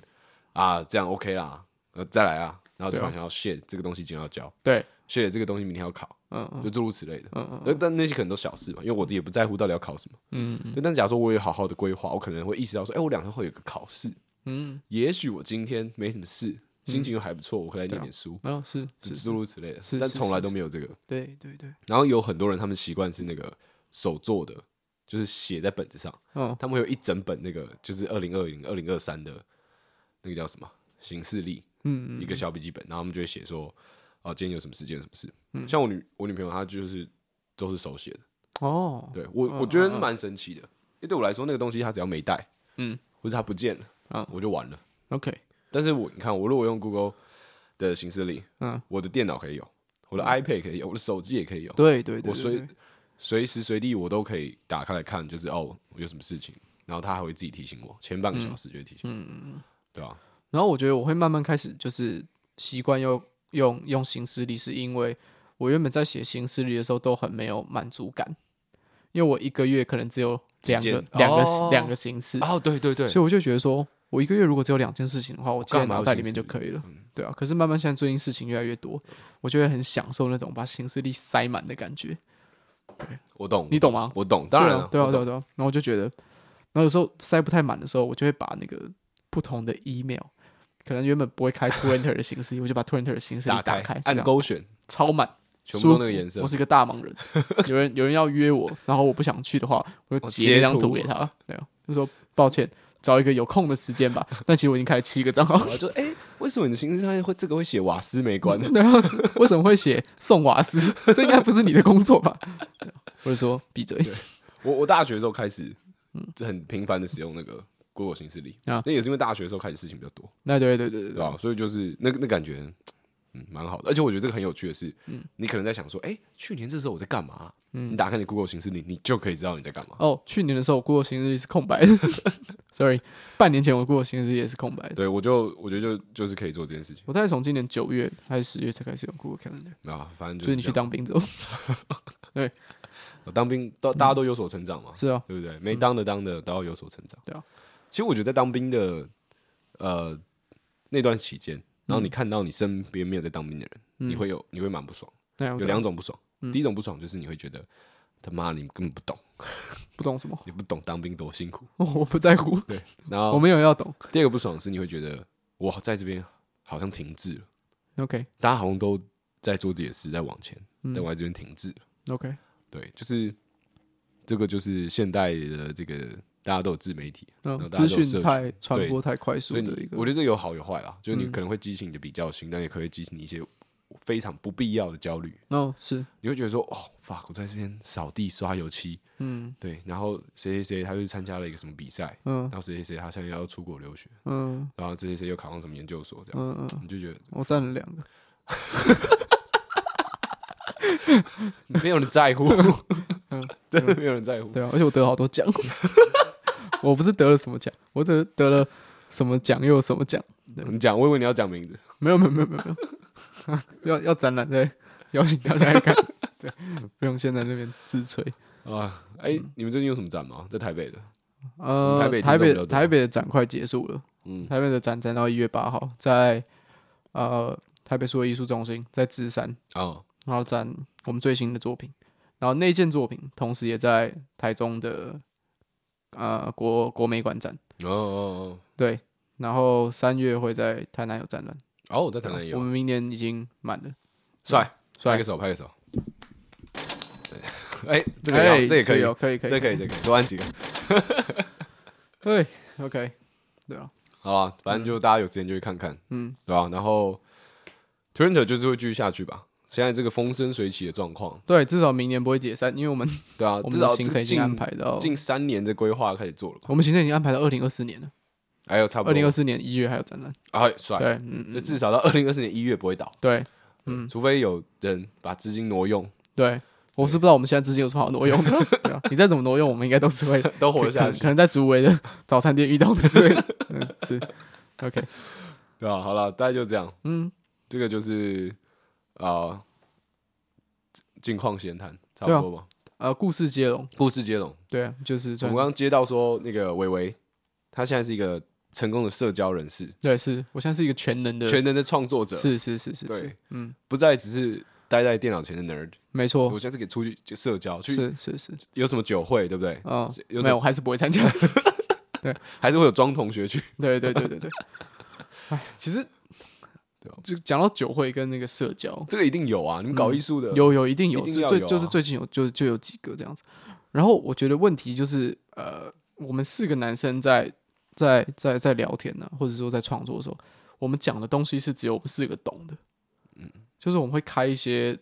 Speaker 1: 啊这样 OK 啦，呃再来啊，然后突然想要谢这个东西今天要交，
Speaker 2: 对，
Speaker 1: 谢这个东西明天要考，
Speaker 2: 嗯嗯
Speaker 1: 就诸如此类的。呃
Speaker 2: 嗯
Speaker 1: 但但那些可能都小事嘛，因为我自己也不在乎到底要考什么。
Speaker 2: 嗯嗯
Speaker 1: 对，但假如说我有好好的规划，我可能会意识到说，哎、我两天会有一个考试，
Speaker 2: 嗯，
Speaker 1: 也许我今天没什么事，心情又还不错，我可以来
Speaker 2: 啊
Speaker 1: 念点书，
Speaker 2: 然后嗯哦是，
Speaker 1: 就是诸如此类的
Speaker 2: 是。
Speaker 1: 但
Speaker 2: 是
Speaker 1: 从
Speaker 2: 是
Speaker 1: 来都没有这个。
Speaker 2: 对对对，
Speaker 1: 然后有很多人他们习惯是那个手做的，就是写在本子上，
Speaker 2: 嗯
Speaker 1: 他们会有一整本那个就是二零二零、二零二三的那个叫什么行事历，
Speaker 2: 嗯
Speaker 1: 一
Speaker 2: 嗯
Speaker 1: 个小笔记本，然后他们就会写说，哦，今天有什么事，今天有什么事。
Speaker 2: 嗯
Speaker 1: 像我女我女朋友她就是都是手写的。
Speaker 2: 哦，
Speaker 1: 对我，我觉得蛮神奇的，因为对我来说，那个东西它只要没带，
Speaker 2: 嗯，
Speaker 1: 或者它不见了，
Speaker 2: 嗯
Speaker 1: 我就完了。
Speaker 2: OK，
Speaker 1: 但是我你看，我如果用 Google 的形式里，
Speaker 2: 嗯，
Speaker 1: 我的电脑可以有，我的 iPad 可以有，我的手机也可以有，
Speaker 2: 对对对
Speaker 1: 我
Speaker 2: 对
Speaker 1: 随
Speaker 2: 对，
Speaker 1: 随时随地我都可以打开来看，就是哦，我有什么事情，然后它还会自己提醒我，前半个小时就会提醒，嗯嗯嗯，对吧、
Speaker 2: 然后我觉得我会慢慢开始就是习惯用用用行事历，是因为我原本在写行事历的时候都很没有满足感，因为我一个月可能只有
Speaker 1: 几
Speaker 2: 两个
Speaker 1: 件
Speaker 2: 两个、
Speaker 1: 哦
Speaker 2: 两个形式，
Speaker 1: 哦，对对对，
Speaker 2: 所以我就觉得说我一个月如果只有两件事情的话，我记在
Speaker 1: 干嘛要
Speaker 2: 脑袋里
Speaker 1: 行
Speaker 2: 面
Speaker 1: 事
Speaker 2: 就
Speaker 1: 历嗯
Speaker 2: 可以了。对啊，可是慢慢现在最近事情越来越多，我就会很享受那种把行事历塞满的感觉，
Speaker 1: 我懂，
Speaker 2: 你懂吗？
Speaker 1: 我懂，当然
Speaker 2: 对
Speaker 1: 了，
Speaker 2: 啊对啊，
Speaker 1: 我
Speaker 2: 对啊，
Speaker 1: 懂
Speaker 2: 对啊。然后我就觉得，然后有时候塞不太满的时候，我就会把那个不同的 email，可能原本不会开 Torrent 的形式，我就把 Torrent 的形式
Speaker 1: 打
Speaker 2: 打
Speaker 1: 开
Speaker 2: 这
Speaker 1: 按
Speaker 2: 样
Speaker 1: 勾选，
Speaker 2: 超满，
Speaker 1: 全部
Speaker 2: 舒
Speaker 1: 都那个
Speaker 2: 服
Speaker 1: 颜色
Speaker 2: 我，是一个大忙人，有人有人要约我，然后我不想去的话，我就
Speaker 1: 哦
Speaker 2: 截一
Speaker 1: 截
Speaker 2: 张
Speaker 1: 图
Speaker 2: 图给他，对啊，就说抱歉，找一个有空的时间吧。但其实我已经开了七个账号，
Speaker 1: 我就哎，为什么你的形式上面会这个会写瓦斯没关呢？
Speaker 2: 然后为什么会写送瓦斯？ 这应该不是你的工作吧？ 对啊或者说闭嘴，
Speaker 1: 啊我我大学的时候开始，就很频繁的使用那个 Google 形式里，
Speaker 2: 嗯啊
Speaker 1: 那也是因为大学的时候开始事情比较多，
Speaker 2: 那对对对对
Speaker 1: 对
Speaker 2: 对，
Speaker 1: 吧？所以就是那那感觉，嗯，蛮好的。而且我觉得这个很有趣的是，
Speaker 2: 嗯
Speaker 1: 你可能在想说，哎，去年这时候我在干嘛？啊你打开你 Google 形式里，你就可以知道你在干嘛。
Speaker 2: 哦，去年的时候我 Google 行日历是空白的 ，sorry，半年前我 Google 行日历也是空白的。
Speaker 1: 对，我就我觉得就就是可以做这件事情，
Speaker 2: 我大概从今年九月还是十月才开始用 Google Calendar，
Speaker 1: 没有啊，反正就
Speaker 2: 就
Speaker 1: 是是
Speaker 2: 你去
Speaker 1: 这样
Speaker 2: 当兵之后，
Speaker 1: 我当兵，到
Speaker 2: 嗯
Speaker 1: 大家都有所成长嘛，
Speaker 2: 是啊，
Speaker 1: 对不对？没当的当的都要有所成长。
Speaker 2: 对啊，
Speaker 1: 其实我觉得在当兵的呃那段期间，然
Speaker 2: 嗯
Speaker 1: 后你看到你身边没有在当兵的人，你会有你会蛮不爽，
Speaker 2: 那
Speaker 1: 有
Speaker 2: 样
Speaker 1: 两种不爽。
Speaker 2: 嗯
Speaker 1: 第一种不爽就是你会觉得他妈你根本不懂，
Speaker 2: 不懂什么，
Speaker 1: 你不懂当兵多辛苦。
Speaker 2: 我不在乎，
Speaker 1: 然
Speaker 2: 我
Speaker 1: 后
Speaker 2: 没有要懂。
Speaker 1: 第二个不爽是你会觉得我在这边好像停滞了，
Speaker 2: OK
Speaker 1: 大家好像都在做自己的事，在往前，
Speaker 2: 嗯
Speaker 1: 但我在这边停滞了。
Speaker 2: OK，
Speaker 1: 对，就是这个就是现代的这个大家都有自媒体，然后
Speaker 2: 嗯，
Speaker 1: 大家
Speaker 2: 资
Speaker 1: 都有社
Speaker 2: 讯太传
Speaker 1: 对
Speaker 2: 播太快速
Speaker 1: 所以
Speaker 2: 的一
Speaker 1: 你
Speaker 2: 个嗯
Speaker 1: 我，觉得这有好有坏啦，就是你可能会激起你的比较心，但也可以激起你一些非常不必要的焦虑。
Speaker 2: 哦是，
Speaker 1: 你会觉得说，哦，fuck，我在这边扫地刷油漆，
Speaker 2: 嗯
Speaker 1: 对，然后谁谁谁他去参加了一个什么比赛，
Speaker 2: 嗯
Speaker 1: 然后谁谁谁他现在要出国留学，
Speaker 2: 嗯
Speaker 1: 然后谁谁谁又考上什么研究所，这样
Speaker 2: 嗯嗯，
Speaker 1: 你就觉得
Speaker 2: 我占了两个，
Speaker 1: 没有人在 乎，
Speaker 2: 嗯
Speaker 1: 真的没有人在乎。
Speaker 2: 对啊，而且我得了好多奖， 我不是得了什么奖，我得得了什么奖又有什么奖。
Speaker 1: 你讲，我以为你要讲名字，
Speaker 2: 没有没有没有没有，没有 要要展览再邀请大家来 看，对，不用现在那边自吹。
Speaker 1: 啊，哎、
Speaker 2: 嗯
Speaker 1: 你们最近有什么展吗？在台北的，
Speaker 2: 呃，
Speaker 1: 嗯台北
Speaker 2: 台
Speaker 1: 听众比较
Speaker 2: 北
Speaker 1: 多
Speaker 2: 台北的展快结束了，
Speaker 1: 嗯，
Speaker 2: 台北的展展到一月八号，在呃台北数位艺术中心，在芝山，
Speaker 1: 哦，
Speaker 2: 然后展我们最新的作品，然后那件作品同时也在台中的呃国国美馆展，
Speaker 1: 哦哦
Speaker 2: 对，然后三月会在台南有展览，
Speaker 1: 哦，哦，在台南也
Speaker 2: 我
Speaker 1: 有，
Speaker 2: 们嗯明年已经满了，
Speaker 1: 帅，
Speaker 2: 所
Speaker 1: 拍
Speaker 2: 以
Speaker 1: 个手，拍个手。 对哎、这个要，这也可以，
Speaker 2: 哦可以可以，
Speaker 1: 这可以，这可以，多按几个。
Speaker 2: 对，OK，对啊，
Speaker 1: 好啦，反正就大家有时间就去看看，
Speaker 2: 嗯，
Speaker 1: 对吧、然后 Torrent 就是会继续下去吧。现在这个风生水起的状况，
Speaker 2: 对，至少明年不会解散，因为我们
Speaker 1: 对啊，
Speaker 2: 我
Speaker 1: 至
Speaker 2: 们
Speaker 1: 少这
Speaker 2: 的
Speaker 1: 个
Speaker 2: 行程已经
Speaker 1: 近
Speaker 2: 安排到，
Speaker 1: 近三年的规划开始做了吧？
Speaker 2: 我们行程已经安排到二零二四年了，
Speaker 1: 还有差不多
Speaker 2: 二零二四年一月还有展览，
Speaker 1: 哎，帅，
Speaker 2: 对，嗯，
Speaker 1: 就
Speaker 2: 嗯
Speaker 1: 至少到二零二四年一月不会倒，
Speaker 2: 对
Speaker 1: 嗯，除非有人把资金挪用，
Speaker 2: 对，我是不知道我们现在资金有什么好挪用的，对啊，你再怎么挪用，我们应该都是会
Speaker 1: 都 活得
Speaker 2: 可
Speaker 1: 下
Speaker 2: 能
Speaker 1: 去
Speaker 2: 可，能在竹围的早餐店遇到的之类的， 嗯，是，OK，
Speaker 1: 对吧、好了，大概就这样，
Speaker 2: 嗯，
Speaker 1: 这个就是啊，近况闲谈，
Speaker 2: 啊
Speaker 1: 差不多吧。
Speaker 2: 呃，故事接龙，
Speaker 1: 故事接龙，
Speaker 2: 对啊，就是
Speaker 1: 我
Speaker 2: 算
Speaker 1: 们刚刚接到说那个伟伟，他现在是一个成功的社交人士，
Speaker 2: 对，是我现在是一个全能的，
Speaker 1: 全能的创作者，
Speaker 2: 是是是是是
Speaker 1: 对，
Speaker 2: 嗯，
Speaker 1: 不再只是待在电脑前的 nerd。
Speaker 2: 没
Speaker 1: 我
Speaker 2: 错，
Speaker 1: 现在是给出去就社交，去
Speaker 2: 哦是是是，
Speaker 1: 有什么酒会，对不对？
Speaker 2: 嗯，
Speaker 1: 有
Speaker 2: 没
Speaker 1: 什么
Speaker 2: 有，我还是不会参加。
Speaker 1: 还是会有装同学去，
Speaker 2: 对对对对对。哎，其实
Speaker 1: 对啊
Speaker 2: 就讲到酒会跟那个社交，
Speaker 1: 这个一定有啊！你们搞艺术的，
Speaker 2: 嗯有有一定有，
Speaker 1: 一定
Speaker 2: 就
Speaker 1: 要
Speaker 2: 最
Speaker 1: 有啊
Speaker 2: 就是最近有就就有几个这样子。然后我觉得问题就是呃，我们四个男生在在在在聊天呢、或者说在创作的时候，我们讲的东西是只有我们四个懂的。嗯，就是我们会开一些，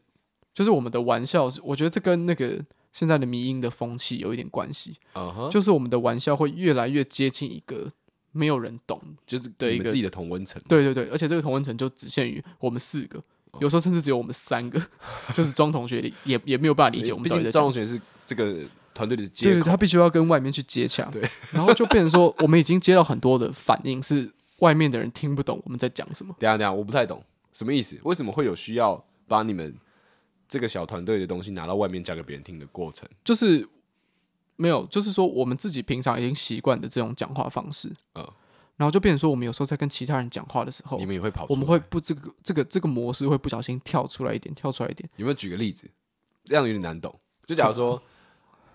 Speaker 2: 就是我们的玩笑是，我觉得这跟那个现在的迷音的风气有一点关系。
Speaker 1: 啊哈，
Speaker 2: 就是我们的玩笑会越来越接近一个没有人懂。
Speaker 1: 就是
Speaker 2: 对
Speaker 1: 你
Speaker 2: 一
Speaker 1: 们
Speaker 2: 个
Speaker 1: 自己的同温层，
Speaker 2: 对对对，而且这个同温层就只限于我们四个，有时候甚至只有我们三个， 就是庄同学也也没有办法理解我们
Speaker 1: 毕
Speaker 2: 到底在
Speaker 1: 竟
Speaker 2: 讲
Speaker 1: 张同学是这个团队的
Speaker 2: 对
Speaker 1: 接
Speaker 2: 对，
Speaker 1: 口，
Speaker 2: 他必须要跟外面去 接洽，然后就变成说，我们已经接到很多的反应，是外面的人听不懂我们在讲什么。
Speaker 1: 等一下等一下，我不太懂什么意思，为什么会有需要把你们这个小团队的东西拿到外面讲给别人听的过程？
Speaker 2: 就是没有，就是说我们自己平常已经习惯的这种讲话方式，
Speaker 1: 嗯
Speaker 2: 然后就变成说，我们有时候在跟其他人讲话的时候
Speaker 1: 你，们也会跑出
Speaker 2: 哦我
Speaker 1: 来？
Speaker 2: 们会不这个这个这个模式会不小心跳出来一点，跳出来一点。
Speaker 1: 有没有举个例子？这样有点难懂。就假如
Speaker 2: 哦
Speaker 1: 说，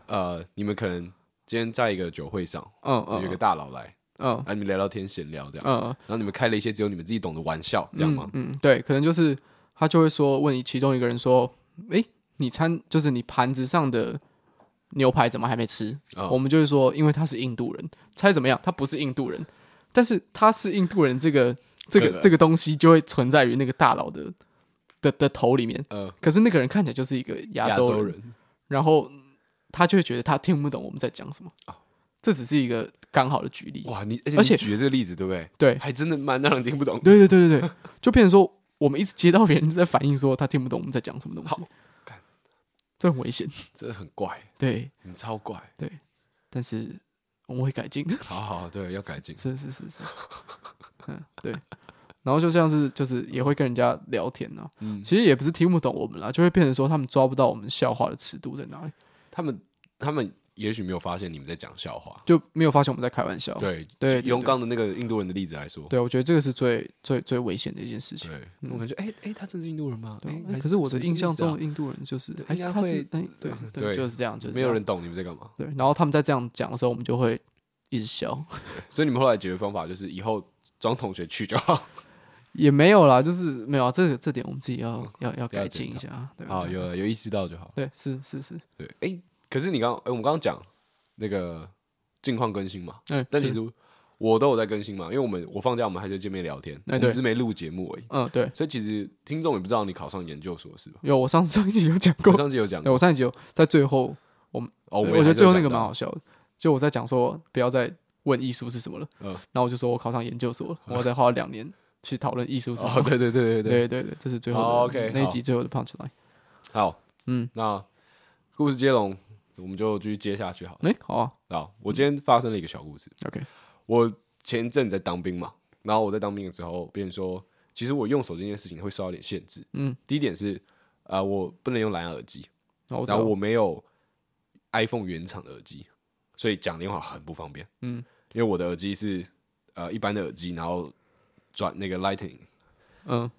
Speaker 1: 呃，你们可能今天在一个酒会上，
Speaker 2: 嗯
Speaker 1: 有一个
Speaker 2: 嗯
Speaker 1: 大佬来，
Speaker 2: 嗯
Speaker 1: 啊，你们聊聊天闲聊这样，
Speaker 2: 嗯，
Speaker 1: 然后你们开了一些只有你们自己懂的玩笑，这样吗？
Speaker 2: 嗯？嗯，对，可能就是他就会说，问其中一个人说：“诶，你餐就是你盘子上的牛排怎么还没吃？”
Speaker 1: 哦
Speaker 2: 我们就会说，因为他是印度人，猜怎么样？他不是印度人，但是他是印度人，这个这
Speaker 1: 可
Speaker 2: 个这个东西就会存在于那个大佬的的的头里面。
Speaker 1: 呃，
Speaker 2: 可是那个人看起来就是一个嗯亚
Speaker 1: 亚
Speaker 2: 洲
Speaker 1: 洲
Speaker 2: 人，
Speaker 1: 人，
Speaker 2: 然后他就会觉得他听不懂我们在讲什么。这只是一个刚好的举例，
Speaker 1: 哦哇，你而且
Speaker 2: 而
Speaker 1: 你
Speaker 2: 且
Speaker 1: 举的这个例子对不对？
Speaker 2: 对，
Speaker 1: 还真的蛮让人听不懂。
Speaker 2: 对对对对 对，就变成说我们一直接到别人在反映说他听不懂我们在讲什么东
Speaker 1: 好
Speaker 2: 西
Speaker 1: 干，
Speaker 2: 这很危险。
Speaker 1: 真的很怪，
Speaker 2: 对，
Speaker 1: 你超怪。
Speaker 2: 但是我们会改进的。
Speaker 1: 好好，对，要改进。
Speaker 2: 是是是是，嗯，对。然后就像是就是也会跟人家聊天呢、
Speaker 1: 嗯
Speaker 2: 其实也不是听不懂我们啦，就会变成说他们抓不到我们笑话的尺度在哪里，
Speaker 1: 他们他们也许没有发现你们在讲笑话。
Speaker 2: 就没有发现我们在开玩笑。
Speaker 1: 对
Speaker 2: 哦对
Speaker 1: 就
Speaker 2: 对
Speaker 1: 用刚的那个印度人的例子来说，
Speaker 2: 对，我觉得这个是最最最危险的一件事情。
Speaker 1: 对，我感觉哎哎，他真的是印度人吗？
Speaker 2: 对
Speaker 1: 哎
Speaker 2: 啊，
Speaker 1: 还
Speaker 2: 可是我
Speaker 1: 什
Speaker 2: 的
Speaker 1: 么
Speaker 2: 印象
Speaker 1: 什么
Speaker 2: 中
Speaker 1: 意思
Speaker 2: 的印度人就是
Speaker 1: 啊对
Speaker 2: 还
Speaker 1: 应
Speaker 2: 是
Speaker 1: 该
Speaker 2: 他是
Speaker 1: 会
Speaker 2: 哎，对
Speaker 1: 对
Speaker 2: 对，就是这样，就
Speaker 1: 啊
Speaker 2: 是
Speaker 1: 没有
Speaker 2: 这样
Speaker 1: 人懂你们在干嘛。
Speaker 2: 对，然后他们在这样讲的时候，我们就会一直笑，
Speaker 1: 所以你们后来解决方法就是以后装同学去就好。
Speaker 2: 也没有啦，就是没有、啊、这个这点，我们自己要、要要
Speaker 1: 哦要
Speaker 2: 改
Speaker 1: 检
Speaker 2: 进一下，啊对吧？
Speaker 1: 好，有了有意识到就好。
Speaker 2: 对，是是是，
Speaker 1: 对，哎，可是你刚哎，我们刚刚讲那个近况更新嘛，
Speaker 2: 嗯，
Speaker 1: 但
Speaker 2: 是
Speaker 1: 其实我都有在更新嘛，因为我们我放假我们还是见面聊天，我
Speaker 2: 哎
Speaker 1: 们
Speaker 2: 对
Speaker 1: 只是没录节目而已。
Speaker 2: 嗯，对，
Speaker 1: 所以其实听众也不知道你考上研究所是吧？
Speaker 2: 有我上 上一集有讲
Speaker 1: 我
Speaker 2: 过，
Speaker 1: 上次有讲
Speaker 2: 对
Speaker 1: 过
Speaker 2: 我上一集有在最后，
Speaker 1: 哦，
Speaker 2: 对
Speaker 1: 们
Speaker 2: 我
Speaker 1: 也还
Speaker 2: 觉得
Speaker 1: 是
Speaker 2: 最后
Speaker 1: 有
Speaker 2: 那个
Speaker 1: 讲
Speaker 2: 蛮
Speaker 1: 到
Speaker 2: 好笑的，就我在讲说不要再问艺术是什么了，
Speaker 1: 嗯
Speaker 2: 然后我就说我考上研究所了，我要再花两年去讨论艺术是什么，
Speaker 1: 哦，对对对对对，
Speaker 2: 对对对，这是最后的、
Speaker 1: 好，OK，
Speaker 2: 那一
Speaker 1: 好
Speaker 2: 集最后的 punch line，
Speaker 1: 好，
Speaker 2: 嗯，
Speaker 1: 那故事接龙我们就继续接下去好了。
Speaker 2: 哎、好啊
Speaker 1: 好，我今天发生了一个小故事。
Speaker 2: ，OK，
Speaker 1: 我前一阵子在当兵嘛，然后我在当兵的时候，别人说，其实我用手机这件事情会受到一点限制。
Speaker 2: 嗯，
Speaker 1: 第一点是，啊，我不能用蓝牙耳机，
Speaker 2: 然后我知
Speaker 1: 然
Speaker 2: 道
Speaker 1: 后我没有 iPhone 原厂的耳机，所以讲电话很不方便。
Speaker 2: 嗯，
Speaker 1: 因为我的耳机是呃一般的耳机，然后转那个 Lightning
Speaker 2: 嗯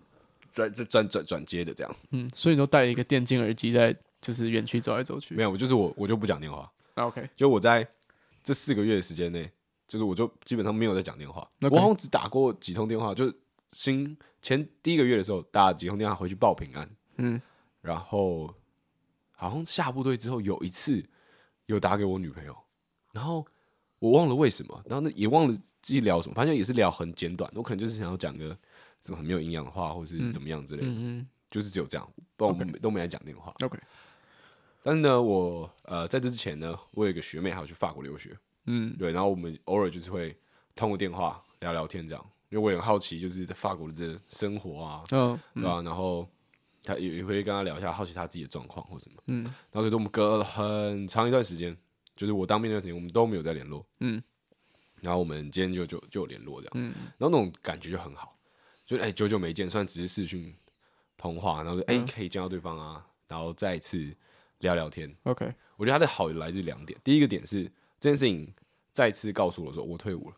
Speaker 1: 转转转转接的这样。
Speaker 2: 嗯，所以你都戴了一个电竞耳机在就是园区走来走去
Speaker 1: 没有，我就是我我就不讲电话，
Speaker 2: 啊，OK。
Speaker 1: 就我在这四个月的时间内，就是我就基本上没有在讲电话
Speaker 2: OK
Speaker 1: 我好像只打过几通电话，就是新前第一个月的时候打几通电话回去报平安，
Speaker 2: 嗯，
Speaker 1: 然后好像下部队之后有一次有打给我女朋友，然后我忘了为什么，然后那也忘了自己聊什么，反正也是聊很简短，我可能就是想要讲个什么很没有营养的话，或是怎么样之类的，
Speaker 2: 嗯
Speaker 1: 就是只有这样，不然我们都没来讲电话。
Speaker 2: 嗯，OK，
Speaker 1: 但是呢，我呃在这之前呢，我有一个学妹还要去法国留学，
Speaker 2: 嗯，
Speaker 1: 对，然后我们偶尔就是会通过电话聊聊天这样，因为我也很好奇，就是在法国的生活啊，
Speaker 2: 嗯
Speaker 1: 对吧、然后她也也会跟她聊一下，好奇她自己的状况或什么。
Speaker 2: 嗯
Speaker 1: 然后所以我们隔了很长一段时间，就是我当兵那段时间，我们都没有再联络。
Speaker 2: 嗯，
Speaker 1: 然后我们今天就就就有联络这样，
Speaker 2: 嗯
Speaker 1: 然后那种感觉就很好，就哎、久久没见，虽然只是视讯通话，然后就哎、
Speaker 2: 嗯
Speaker 1: 可以见到对方啊，然后再一次聊聊天。
Speaker 2: ，OK，
Speaker 1: 我觉得它的好来自两点，第一个点是这件事情再次告诉我说我退伍了，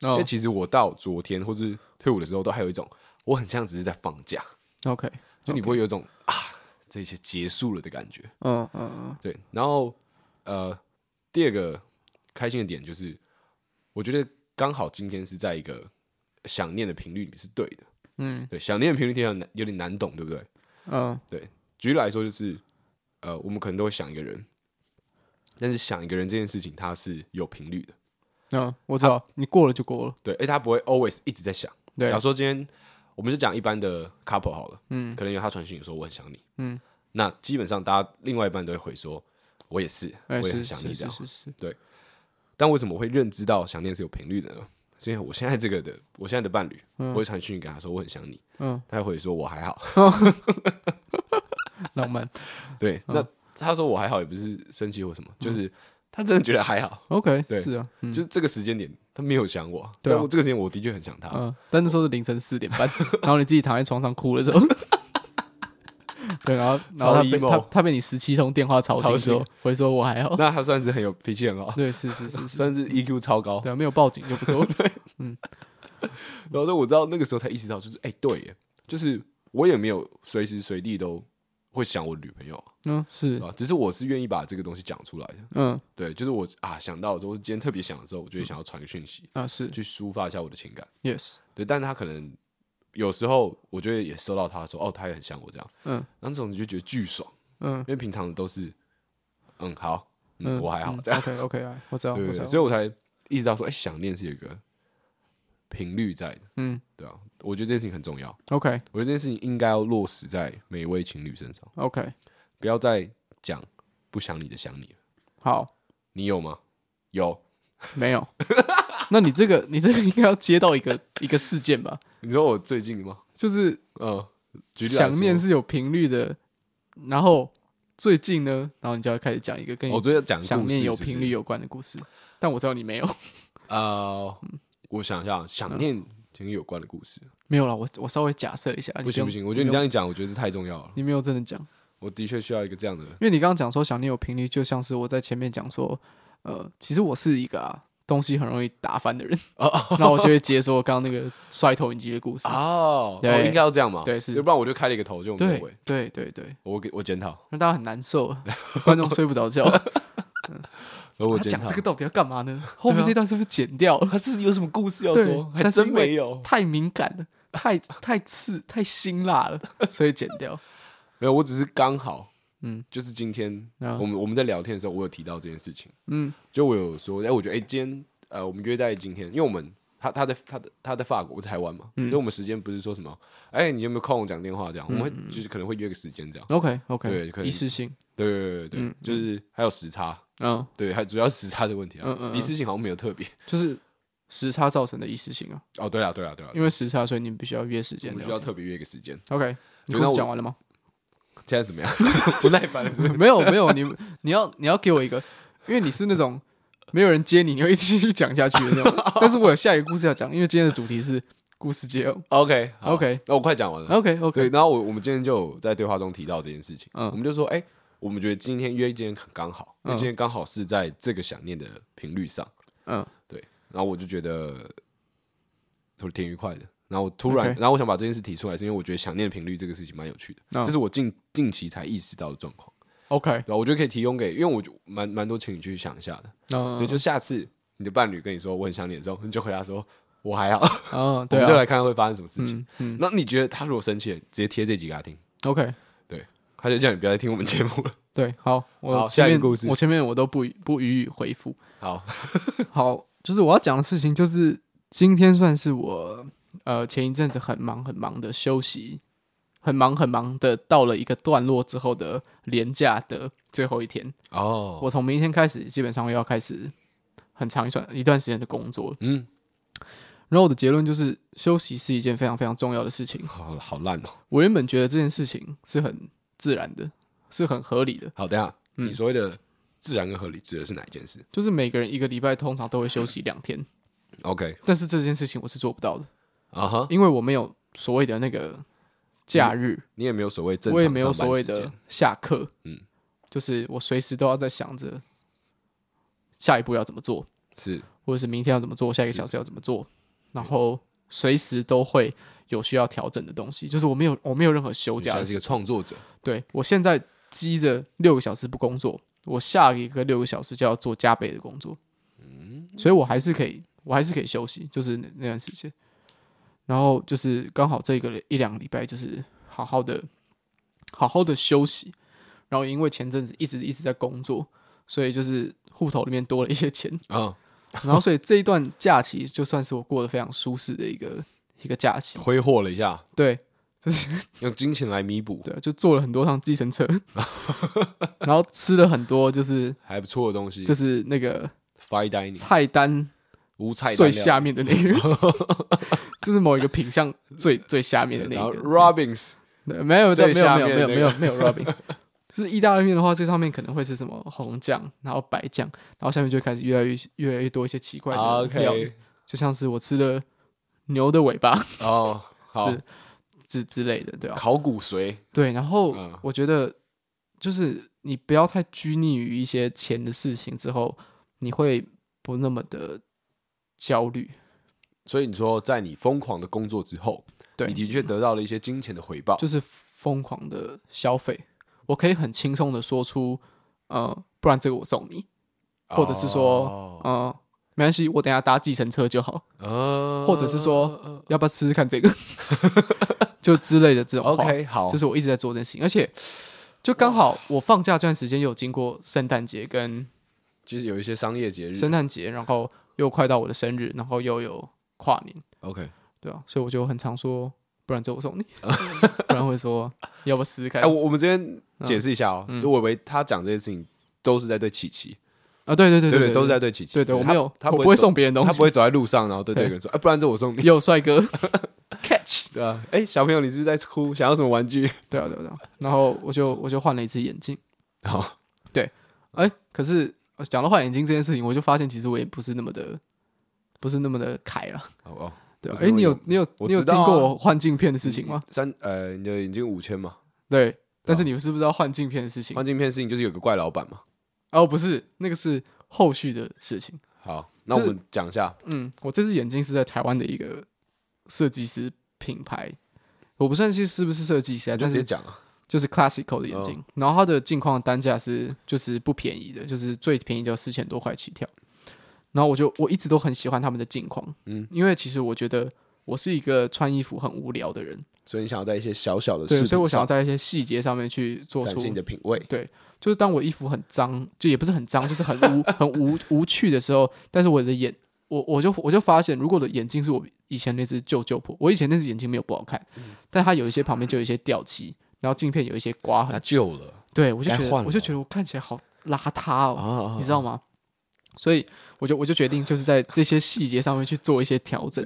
Speaker 1: 因
Speaker 2: 哦
Speaker 1: 为其实我到昨天或是退伍的时候，都还有一种我很像只是在放假，
Speaker 2: ，OK，
Speaker 1: 就你不会有一种啊这一切结束了的感觉。
Speaker 2: 嗯嗯
Speaker 1: 对，然后呃，第二个开心的点就是，我觉得刚好今天是在一个想念的频率里是对的，
Speaker 2: 嗯
Speaker 1: 对，想念的频率有点难有点难懂，对不对？
Speaker 2: 嗯
Speaker 1: 举例来说，就是呃，我们可能都会想一个人，但是想一个人这件事情，它是有频率的，
Speaker 2: 嗯，我知道，你过了就过了，
Speaker 1: 对，而且它不会 always 一直在想。
Speaker 2: 对
Speaker 1: 假如说今天我们就讲一般的 couple 好了，嗯，可能有他传讯息说我很想你，嗯，那基本上大家另外一半都会回说我也是，我
Speaker 2: 哎，
Speaker 1: 也
Speaker 2: 是
Speaker 1: 很想你
Speaker 2: 是
Speaker 1: 这样
Speaker 2: 是。是是，
Speaker 1: 但为什么我会认知到想念是有频率的呢？是因为我现在这个的，我现在的伴侣，我会传讯给他说我很想你，
Speaker 2: 嗯，
Speaker 1: 他会回说我还 好，
Speaker 2: 浪漫。
Speaker 1: 对，
Speaker 2: 嗯
Speaker 1: 那他说我还好也不是生气或什么，就是他真的觉得还好，
Speaker 2: OK，
Speaker 1: 对
Speaker 2: 是啊，嗯
Speaker 1: 就是这个时间点他没有想我，
Speaker 2: 对啊
Speaker 1: 但我这个时间我的确很想他，
Speaker 2: 嗯，但那时候是凌晨 四点半，然后你自己躺在床上哭的时候。 对，然后然后他被
Speaker 1: 超 emo
Speaker 2: 他他被你十七通电话吵醒之
Speaker 1: 吵
Speaker 2: 后，回说我还好。
Speaker 1: 那他算是很有脾气很好，
Speaker 2: 对，是是是 是，
Speaker 1: 算是 EQ 超高。
Speaker 2: 对啊，没有报警就不 错。
Speaker 1: 然后我知道那个时候才意识到，就是哎、对耶，就是我也没有随时随地都会想我女朋友，啊
Speaker 2: 嗯，
Speaker 1: 对
Speaker 2: 是，
Speaker 1: 吧？只是我是愿意把这个东西讲出来的。
Speaker 2: 嗯
Speaker 1: 对，就是我啊想到的时候，今天特别想的时候，我就会想要传个讯息，
Speaker 2: 啊是
Speaker 1: 去抒发一下我的情感。
Speaker 2: ，yes，
Speaker 1: 对，但他可能有时候我觉得也收到他说哦，他也很想我这样，
Speaker 2: 嗯
Speaker 1: 然后这种你就觉得巨爽，
Speaker 2: 嗯
Speaker 1: 因为平常都是嗯好，嗯
Speaker 2: 嗯，
Speaker 1: 我还好、
Speaker 2: 嗯
Speaker 1: 这样，
Speaker 2: OK OK，我知道，
Speaker 1: 对
Speaker 2: 我
Speaker 1: 对
Speaker 2: 知
Speaker 1: 对，
Speaker 2: 道。
Speaker 1: 所以我才意识到说，哎、想念是有一个频率在的，
Speaker 2: 嗯
Speaker 1: 对啊，我觉得这件事情很重要，
Speaker 2: ，OK
Speaker 1: 我觉得这件事情应该要落实在每一位情侣身上，
Speaker 2: OK，
Speaker 1: 不要再讲不想你的想你了，
Speaker 2: 好，
Speaker 1: 你有吗？有，
Speaker 2: 没有。那你这个你这个应该要接到一个一个事件吧？
Speaker 1: 你说我最近吗？
Speaker 2: 就是
Speaker 1: 嗯，举例来
Speaker 2: 想
Speaker 1: 说
Speaker 2: 念是有频率的，然后最近呢，然后你就要开始讲一个跟
Speaker 1: 我
Speaker 2: 你
Speaker 1: 昨天讲
Speaker 2: 想
Speaker 1: 故
Speaker 2: 念
Speaker 1: 事
Speaker 2: 有
Speaker 1: 是不是
Speaker 2: 频率有关的故事，但我知道你没有，
Speaker 1: 呃，我想一下，想念情侣有关的故事。
Speaker 2: 没有了。我我稍微假设一嗯下，你
Speaker 1: 不行
Speaker 2: 用
Speaker 1: 不行，我觉得你
Speaker 2: 不
Speaker 1: 这
Speaker 2: 用
Speaker 1: 样一讲，我觉得这太重要了。
Speaker 2: 你没有真的讲，因
Speaker 1: 我的确需要一个这样的，
Speaker 2: 为你刚刚讲说想念有频率，就像是我在前面讲说，呃，其实我是一个啊。东西很容易打翻的人， 然后我就会接说刚刚那个摔投影机的故事。
Speaker 1: 哦
Speaker 2: 对
Speaker 1: 哦应该要这样嘛？
Speaker 2: 对是
Speaker 1: 要不然我就开了一个头就没
Speaker 2: 对
Speaker 1: 有尾。
Speaker 2: 对对对，
Speaker 1: 我给我检讨，
Speaker 2: 让大家很难受啊，观众睡不着觉。
Speaker 1: 然后我
Speaker 2: 他
Speaker 1: 检
Speaker 2: 讲
Speaker 1: 讨
Speaker 2: 这个。到底要干嘛呢？后面那段是不是剪掉了？
Speaker 1: 他是不是有什么故事啊要
Speaker 2: 对
Speaker 1: 说？还
Speaker 2: 但是
Speaker 1: 真
Speaker 2: 因为
Speaker 1: 没有，
Speaker 2: 太敏感了，太太刺、太辛辣了，所以剪掉。
Speaker 1: 没有，我只是刚好，嗯
Speaker 2: 嗯，
Speaker 1: 就是今天
Speaker 2: 啊
Speaker 1: 我们我们在聊天的时候，我有提到这件事情，
Speaker 2: 嗯
Speaker 1: 就我有说，哎，我觉得哎，今天呃，我们约在今天，因为我们他他在他的他在法国，我在台湾嘛，所
Speaker 2: 嗯
Speaker 1: 以我们时间不是说什么，哎，你有没有空讲电话这样，我们会
Speaker 2: 嗯
Speaker 1: 就是可能会约个时间这样，
Speaker 2: ，OK
Speaker 1: 对
Speaker 2: OK，
Speaker 1: 可以
Speaker 2: 一次性，
Speaker 1: 对对对对，对，就是还有时差，
Speaker 2: 嗯，
Speaker 1: 对，还主要是时差的问题
Speaker 2: 嗯
Speaker 1: 啊
Speaker 2: 嗯，嗯
Speaker 1: 一次性好像没有特别。
Speaker 2: 就是时差造成的一次性啊，
Speaker 1: 哦，对了对了对了，
Speaker 2: 因为时差，所以你们必须要约时
Speaker 1: 我
Speaker 2: 间
Speaker 1: 们
Speaker 2: 聊
Speaker 1: 需要特别约一个时间。
Speaker 2: OK，你
Speaker 1: 对那
Speaker 2: 故事
Speaker 1: 我
Speaker 2: 讲完了吗？
Speaker 1: 现在怎么样？ 不耐烦了是不是？
Speaker 2: 没有没有，你你要你要给我一个，因为你是那种没有人接你，你会一直继续讲下去的那种。但是我有下一个故事要讲，因为今天的主题是故事接龙。
Speaker 1: OK 好
Speaker 2: OK
Speaker 1: 那我快讲完了。
Speaker 2: OK
Speaker 1: 对，
Speaker 2: OK，
Speaker 1: 然后我我们今天就有在对话中提到这件事情，
Speaker 2: 嗯
Speaker 1: 我们就说，哎，我们觉得今天约今天刚好，因为
Speaker 2: 嗯
Speaker 1: 今天刚好是在这个想念的频率上，
Speaker 2: 嗯
Speaker 1: 对。然后我就觉得挺挺愉快的。然后我突然，
Speaker 2: OK
Speaker 1: 然后我想把这件事提出来，是因为我觉得想念的频率这个事情蛮有趣的，
Speaker 2: 嗯
Speaker 1: 这是我近近期才意识到的状况。
Speaker 2: ，OK，
Speaker 1: 对、啊，我觉得可以提供给，因为我就蛮蛮多情侣去想一下的，
Speaker 2: 嗯，
Speaker 1: 所以就下次你的伴侣跟你说我很想你的时候，你就回答说我还好，
Speaker 2: 嗯，
Speaker 1: 我
Speaker 2: 对
Speaker 1: 们就
Speaker 2: 啊，
Speaker 1: 来看看会发生什么事情。
Speaker 2: 嗯嗯
Speaker 1: 那你觉得他如果生气了，直接贴这集给他听，
Speaker 2: ，OK，
Speaker 1: 他就叫你不要再听我们节目了。
Speaker 2: 对，好，
Speaker 1: 好
Speaker 2: 我
Speaker 1: 下
Speaker 2: 前
Speaker 1: 一个
Speaker 2: 面
Speaker 1: 故事
Speaker 2: 我前面我都不予不予以回复。
Speaker 1: 好，
Speaker 2: 好，就是我要讲的事情，就是今天算是我呃前一阵子很忙很忙的休息，很忙很忙的到了一个段落之后的连假的最后一天。
Speaker 1: 哦，
Speaker 2: 我从明天开始，基本上要开始很长一段一段时间的工作了。
Speaker 1: 嗯，
Speaker 2: 然后我的结论就是，休息是一件非常非常重要的事情。
Speaker 1: 好好烂哦。
Speaker 2: 我原本觉得这件事情是很自然的，是很合理的，
Speaker 1: 好，等一下，
Speaker 2: 嗯
Speaker 1: 你所谓的自然跟合理指的是哪一件事
Speaker 2: 就是每个人一个礼拜通常都会休息两天，
Speaker 1: ？OK，
Speaker 2: 但是这件事情我是做不到的。
Speaker 1: 啊哈，
Speaker 2: 因为我没有所谓的那个假日，
Speaker 1: 你也没有所谓嗯正常
Speaker 2: 我也没有
Speaker 1: 上班
Speaker 2: 所谓
Speaker 1: 时间
Speaker 2: 的下课，
Speaker 1: 嗯
Speaker 2: 嗯，就是我随时都要在想着下一步要怎么做，
Speaker 1: 是
Speaker 2: 或者是明天要怎么做，下一个小时要怎么做，然后随时都会有需要调整的东西，就是我没有我没有任何休
Speaker 1: 我
Speaker 2: 假
Speaker 1: 现
Speaker 2: 的
Speaker 1: 在是
Speaker 2: 时间
Speaker 1: 一个创作者，
Speaker 2: 对我现在积着六个小时不工作，我下一个六个小时就要做加倍的工作，
Speaker 1: 嗯
Speaker 2: 所以我还是可以，我还是可以休息，就是那那段时间。然后就是刚好这个一两个礼拜，就是好好的、好好的休息。然后因为前阵子一直一直在工作，所以就是户头里面多了一些钱，
Speaker 1: 啊，
Speaker 2: 然后所以这一段假期就算是我过得非常舒适的一个一个假期。
Speaker 1: 挥霍了一下，
Speaker 2: 对，
Speaker 1: 用金钱来弥补，
Speaker 2: 对啊，就坐了很多趟计程 车，然后吃了很多就是
Speaker 1: 还不错的东西，
Speaker 2: 就是那个
Speaker 1: fine dining，
Speaker 2: 菜单
Speaker 1: 无菜单
Speaker 2: 最
Speaker 1: 料
Speaker 2: 下面的那 个人，就是某一个品相最最下面的那
Speaker 1: 然后
Speaker 2: 一个。
Speaker 1: Robins
Speaker 2: 对没有，
Speaker 1: 最
Speaker 2: 没有，
Speaker 1: 下
Speaker 2: 没有，
Speaker 1: 面
Speaker 2: 没有，
Speaker 1: 那
Speaker 2: 没有，没有 Robin。就是意大利面的话，最上面可能会是什么红酱，然后白酱，然后下面就开始越来越越来越多一些奇怪的料理
Speaker 1: 啊 OK
Speaker 2: 就像是我吃了牛的尾巴
Speaker 1: 哦，好
Speaker 2: 是之之类的，对吧、啊
Speaker 1: 考古髓
Speaker 2: 对，然后
Speaker 1: 嗯
Speaker 2: 我觉得就是你不要太拘泥于一些钱的事情之后，你会不那么的焦虑。
Speaker 1: 所以你说，在你疯狂的工作之后，
Speaker 2: 对
Speaker 1: 你的确得到了一些金钱的回报。
Speaker 2: 就是疯狂的消费。我可以很轻松的说出，呃，不然这个我送你，或者是说
Speaker 1: 哦
Speaker 2: 呃，没关系，我等一下搭计程车就好，
Speaker 1: 呃
Speaker 2: 嗯或者是说要不要试试看这个， 就之类的这种话。
Speaker 1: ，OK，好，
Speaker 2: 就是我一直在做这件事情，而且就刚好我放假这段时间有经过圣诞节跟
Speaker 1: 就是有一些商业节日
Speaker 2: 圣诞节，然后又快到我的生日，然后又有跨年，
Speaker 1: ，OK。
Speaker 2: 对啊，所以我就很常说，不然这我 送你，不然会说要不要试试看
Speaker 1: 哎，我我们这边
Speaker 2: 嗯
Speaker 1: 解释一下哦，就我以为他讲这些事情都是在对琪琪，
Speaker 2: 啊？对对对
Speaker 1: 对
Speaker 2: 对，
Speaker 1: 都是在对琪琪。
Speaker 2: 对对，我
Speaker 1: 他
Speaker 2: 没有，
Speaker 1: 他
Speaker 2: 我不
Speaker 1: 会
Speaker 2: 会
Speaker 1: 走，
Speaker 2: 送别人东
Speaker 1: 他
Speaker 2: 西，
Speaker 1: 不会走在路上，然后对
Speaker 2: 对
Speaker 1: 对人说，哎，不然这我送你。
Speaker 2: 有帅哥 catch，
Speaker 1: 对啊，哎，小朋友，你是不是在哭？想要什么玩 具？
Speaker 2: 对啊对啊对啊，然后我就我就换了一只眼镜，
Speaker 1: 好，
Speaker 2: 哎、可是呃讲到换眼镜这件事情，我就发现其实我也不是那么的，不是那么的开了，
Speaker 1: 哦哦，
Speaker 2: 对吧、
Speaker 1: 不
Speaker 2: 哎、
Speaker 1: 是我
Speaker 2: 你有
Speaker 1: 有
Speaker 2: 你有
Speaker 1: 我
Speaker 2: 你有
Speaker 1: 知
Speaker 2: 听
Speaker 1: 道啊
Speaker 2: 过我换镜片 的事情吗？
Speaker 1: 三呃，你的眼睛五千嘛，
Speaker 2: 对，但是你是不知道换镜片的事情
Speaker 1: 换镜片事情就是有个怪老板嘛。
Speaker 2: 哦，不是，那个是后续的事情。
Speaker 1: 好，那我
Speaker 2: 就是
Speaker 1: 们讲一下，
Speaker 2: 嗯，我这只眼镜是在台湾的一个设计师品牌，我不算是是不是设计师啊，
Speaker 1: 就
Speaker 2: 但
Speaker 1: 直
Speaker 2: 是
Speaker 1: 接哦讲啊。
Speaker 2: 就是 classical 的眼镜，然后它的镜框单价是就是不便宜的，就是最便宜就四千多块起跳。然后我就我一直都很喜欢他们的镜框，
Speaker 1: 嗯，
Speaker 2: 因为其实我觉得我是一个穿衣服很无聊的人，
Speaker 1: 所以你想要在一些小小呃的事
Speaker 2: 对，
Speaker 1: 情，
Speaker 2: 所以我想要在一些细节上面去做
Speaker 1: 展
Speaker 2: 出
Speaker 1: 现你，的品味。啊
Speaker 2: 就是当我衣服很脏，就也不是很脏，就是很无很无无趣的时候，但是我的眼，我我就我就发现，如果我的眼镜是我以前那只旧旧破，我以前那只眼镜没有不好看，
Speaker 1: 嗯
Speaker 2: 但它有一些旁边就有一些掉漆，然后镜片有一些刮痕
Speaker 1: 他，旧了
Speaker 2: 对，我就
Speaker 1: 该
Speaker 2: 觉得，
Speaker 1: 换
Speaker 2: 我就
Speaker 1: 了
Speaker 2: 觉得我看起来好邋遢哦，
Speaker 1: 啊
Speaker 2: 你知道吗？所以我就我就决定就是在这些细节上面去做一些调整，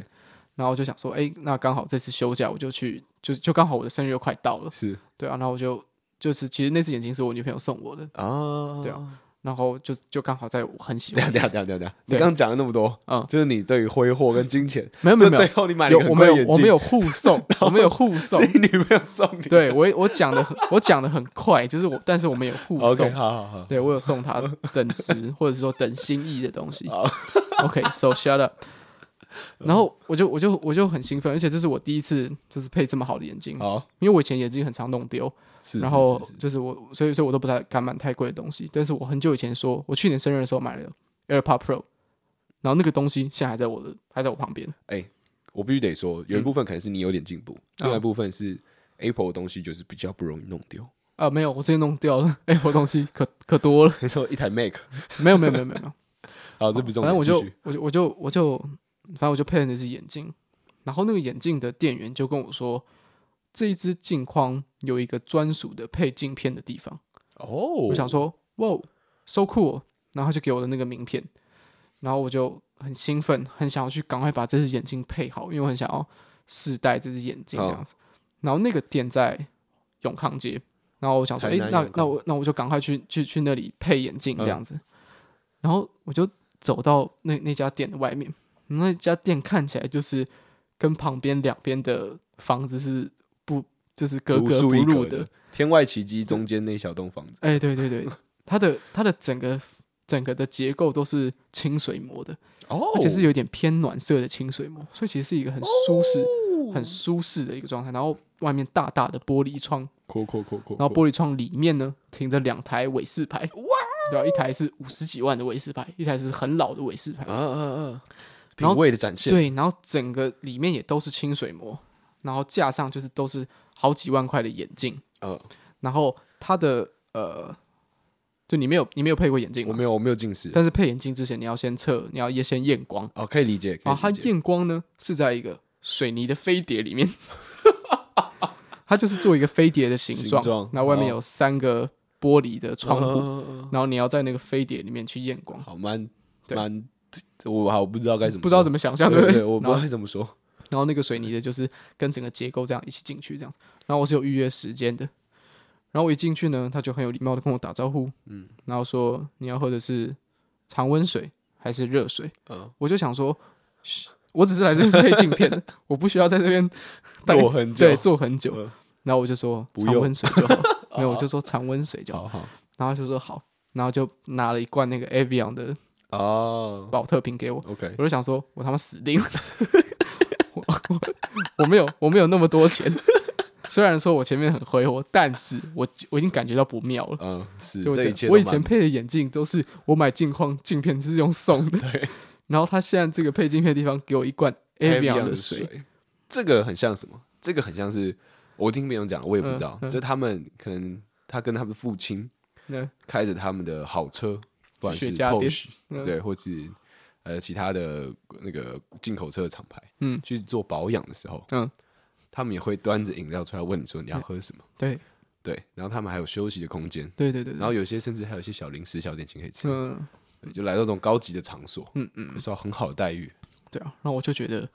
Speaker 2: 然后我就想说，哎、那刚好这次休假我就去，就就刚好我的生日又快到了，
Speaker 1: 是
Speaker 2: 对啊，然后我就就是其实那只眼镜是我女朋友送我的，
Speaker 1: 啊，
Speaker 2: 对啊。然后就就刚好在我很喜
Speaker 1: 等一
Speaker 2: 欢
Speaker 1: 下
Speaker 2: 的
Speaker 1: 等一
Speaker 2: 时
Speaker 1: 下等一下等
Speaker 2: 候，
Speaker 1: 一下，你
Speaker 2: 对
Speaker 1: 刚刚讲了那么多，
Speaker 2: 嗯
Speaker 1: 就是你对于挥霍跟金钱，
Speaker 2: 没有没
Speaker 1: 就
Speaker 2: 有没
Speaker 1: 最
Speaker 2: 有
Speaker 1: 后你买了
Speaker 2: 有
Speaker 1: 一个很
Speaker 2: 我们
Speaker 1: 贵的眼
Speaker 2: 有我们
Speaker 1: 镜，
Speaker 2: 有互 送，我们有互送
Speaker 1: 所， 以女朋友送你。
Speaker 2: 对我我讲的我讲的很快，就是我但是我们有互送
Speaker 1: ，OK，，好好好，
Speaker 2: 对我有送他等值或者是说等心意的东西
Speaker 1: 好。嗯
Speaker 2: OK，so、shut up。然后我就我就我就很兴奋，而且这是我第一次就是配这么好的眼镜，
Speaker 1: 好
Speaker 2: 因为我以前眼镜很常弄丢，
Speaker 1: 是。
Speaker 2: 然
Speaker 1: 是
Speaker 2: 后
Speaker 1: 是是
Speaker 2: 就是我所以所以我都不太敢买太贵的东西。但是我很久以前说，我去年生日的时候买了 AirPod Pro，然后那个东西现在还在我的还在我旁边。
Speaker 1: 我必须得说，有一部分可能是你有点进步，
Speaker 2: 嗯
Speaker 1: 另外一部分是 Apple 的东西就是比较不容易弄丢。
Speaker 2: 啊、没有，我最近弄掉了， 哎、我东西可可多了。
Speaker 1: 你说一台 Mac，
Speaker 2: 没有没有没有没有没有，
Speaker 1: 好，这不重要。
Speaker 2: 反正我就
Speaker 1: 继续
Speaker 2: 我就我就我就反正我就配了那只眼镜，然后那个眼镜的店员就跟我说，这一只镜框有一个专属的配镜片的地方。
Speaker 1: 哦，
Speaker 2: 我想说，哇，so cool！哦然后他就给我的那个名片，然后我就很兴奋，很想要去赶快把这只眼镜配好，因为我很想要试戴这只眼镜这样子。然后那个店在永康街，然后我想说，
Speaker 1: 台
Speaker 2: 诶，
Speaker 1: 南
Speaker 2: 那
Speaker 1: 永康嗯
Speaker 2: 那我那我就赶快去去去那里配眼镜这样子。然后我就走到那那家店的外面，那家店看起来就是跟旁边两边的房子是不就是格
Speaker 1: 独
Speaker 2: 格
Speaker 1: 树
Speaker 2: 不
Speaker 1: 一
Speaker 2: 入
Speaker 1: 格
Speaker 2: 的
Speaker 1: 的，天外奇迹中间那小栋房子，
Speaker 2: 哎、对对对，它的它的整个整个的结构都是清水膜的，
Speaker 1: 哦
Speaker 2: 而且是有点偏暖色的清水膜，所以其实是一个很舒适、
Speaker 1: 哦
Speaker 2: 很舒适的一个状态。然后外面大大的玻璃窗，
Speaker 1: 扩扩扩扩，
Speaker 2: 然后玻璃窗里面呢停着两台韦氏牌，对啊吧、一台是五十几万的韦氏牌，一台是很老的韦氏牌
Speaker 1: 啊。啊啊，品
Speaker 2: 然后
Speaker 1: 味的展现，
Speaker 2: 对，然后整个里面也都是清水膜，然后架上就是都是好几万块的眼镜，
Speaker 1: 呃，
Speaker 2: 然后它的呃，就你没有你没有配过眼镜吗
Speaker 1: 我？没有我没有近视，
Speaker 2: 但是配眼镜之前，你要先测，你要也先验光。
Speaker 1: 哦，可以理解，可
Speaker 2: 然
Speaker 1: 以
Speaker 2: 后它
Speaker 1: 理解。
Speaker 2: 验光呢是在一个水泥的飞碟里面， 它就是做一个飞碟的形状
Speaker 1: 形状，
Speaker 2: 然后外面
Speaker 1: 哦
Speaker 2: 有三个玻璃的窗户，
Speaker 1: 嗯嗯嗯嗯
Speaker 2: 然后你要在那个飞碟里面去验光。
Speaker 1: 好蛮
Speaker 2: 对
Speaker 1: 蛮我好不知道该怎么，
Speaker 2: 不知道怎么想象，
Speaker 1: 对
Speaker 2: 不
Speaker 1: 对，我不知
Speaker 2: 然
Speaker 1: 道
Speaker 2: 后
Speaker 1: 该怎么说。
Speaker 2: 然后那个水泥的就是跟整个结构这样一起进去，这样。然后我是有预约时间的，然后我一进去呢，他就很有礼貌的跟我打招呼，嗯，然后说你要喝的是常温水还是热水？
Speaker 1: 嗯，
Speaker 2: 我就想说，我只是来这边配镜片的，我不需要在这边大概
Speaker 1: 坐很久
Speaker 2: 对坐很久。
Speaker 1: 嗯
Speaker 2: 然后我就说
Speaker 1: 不
Speaker 2: 常
Speaker 1: 用
Speaker 2: 温水就 好，没有我就说常温水就好。
Speaker 1: 好好
Speaker 2: 然后他就说好，然后就拿了一罐那个 Avion 的
Speaker 1: 哦
Speaker 2: 保特瓶给我，
Speaker 1: ，OK，
Speaker 2: 我就想说，我他妈死定了，我我我没有我没有那么多钱，虽然说我前面很挥霍，但是我我已经感觉到不妙了。
Speaker 1: 嗯，是
Speaker 2: 就我
Speaker 1: 这一
Speaker 2: 讲
Speaker 1: 切
Speaker 2: 我
Speaker 1: 都
Speaker 2: 以前
Speaker 1: 蛮
Speaker 2: 配的眼镜都是我买镜框镜片是用送的，然后他现在这个配镜片的地方给我一罐 Avion
Speaker 1: Evian
Speaker 2: 的
Speaker 1: 的
Speaker 2: 水，，
Speaker 1: 这个很像什么？这个很像是我听别人讲，我也不
Speaker 2: 嗯
Speaker 1: 知道，
Speaker 2: 嗯
Speaker 1: 就他们可能他跟他们父亲
Speaker 2: 那
Speaker 1: 开着他们的好车，不管
Speaker 2: 雪
Speaker 1: 是
Speaker 2: 茄店
Speaker 1: Porsche
Speaker 2: 嗯
Speaker 1: 对，或是呃其他的那个进口车的厂牌，
Speaker 2: 嗯
Speaker 1: 去做保养的时候，
Speaker 2: 嗯，
Speaker 1: 他们也会端着饮料出来问你说你要喝什么，
Speaker 2: 对
Speaker 1: 对，然后他们还有休息的空间，
Speaker 2: 对对对
Speaker 1: 然
Speaker 2: 对，
Speaker 1: 后有些甚至还有一些小零食、小点心可以吃，
Speaker 2: 嗯
Speaker 1: 对就来到这种高级的场所，嗯嗯，受到很好的待遇，
Speaker 2: 对啊，然后我就觉得。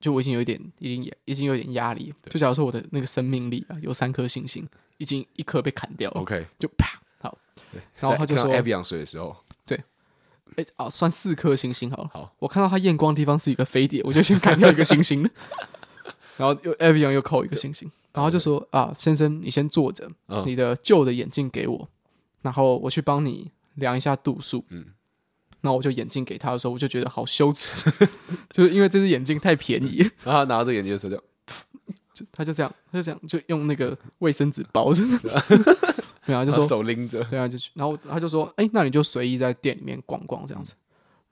Speaker 2: 就我已经有一点，已经也已经有点压力。就假如说我的那个生命力啊，有三颗星星，已经一颗被砍掉了。
Speaker 1: OK，
Speaker 2: 就啪，好，
Speaker 1: 对，
Speaker 2: 然后他就说
Speaker 1: a v i a n 水的时 候，
Speaker 2: 哎、啊，算四颗星星好了。
Speaker 1: 好，
Speaker 2: 我看到它验光的地方是一个飞碟，我就先砍掉一个星星了。 然后又 Avion 又扣一个星星，然后就说啊，先生，你先坐着，
Speaker 1: 嗯
Speaker 2: 你的旧的眼镜给我，然后我去帮你量一下度数。
Speaker 1: 嗯，
Speaker 2: 那我就眼镜给他的时候，我就觉得好羞耻， 就是因为这只眼镜太便宜了，
Speaker 1: 然后他拿着眼镜的时候就，
Speaker 2: 就他就这样，他就这样，就用那个卫生纸包着， 没有啊，就
Speaker 1: 然后
Speaker 2: 说
Speaker 1: 手拎着，
Speaker 2: 对啊，就去，然后他就说，哎、那你就随意在店里面逛逛这样子。
Speaker 1: 嗯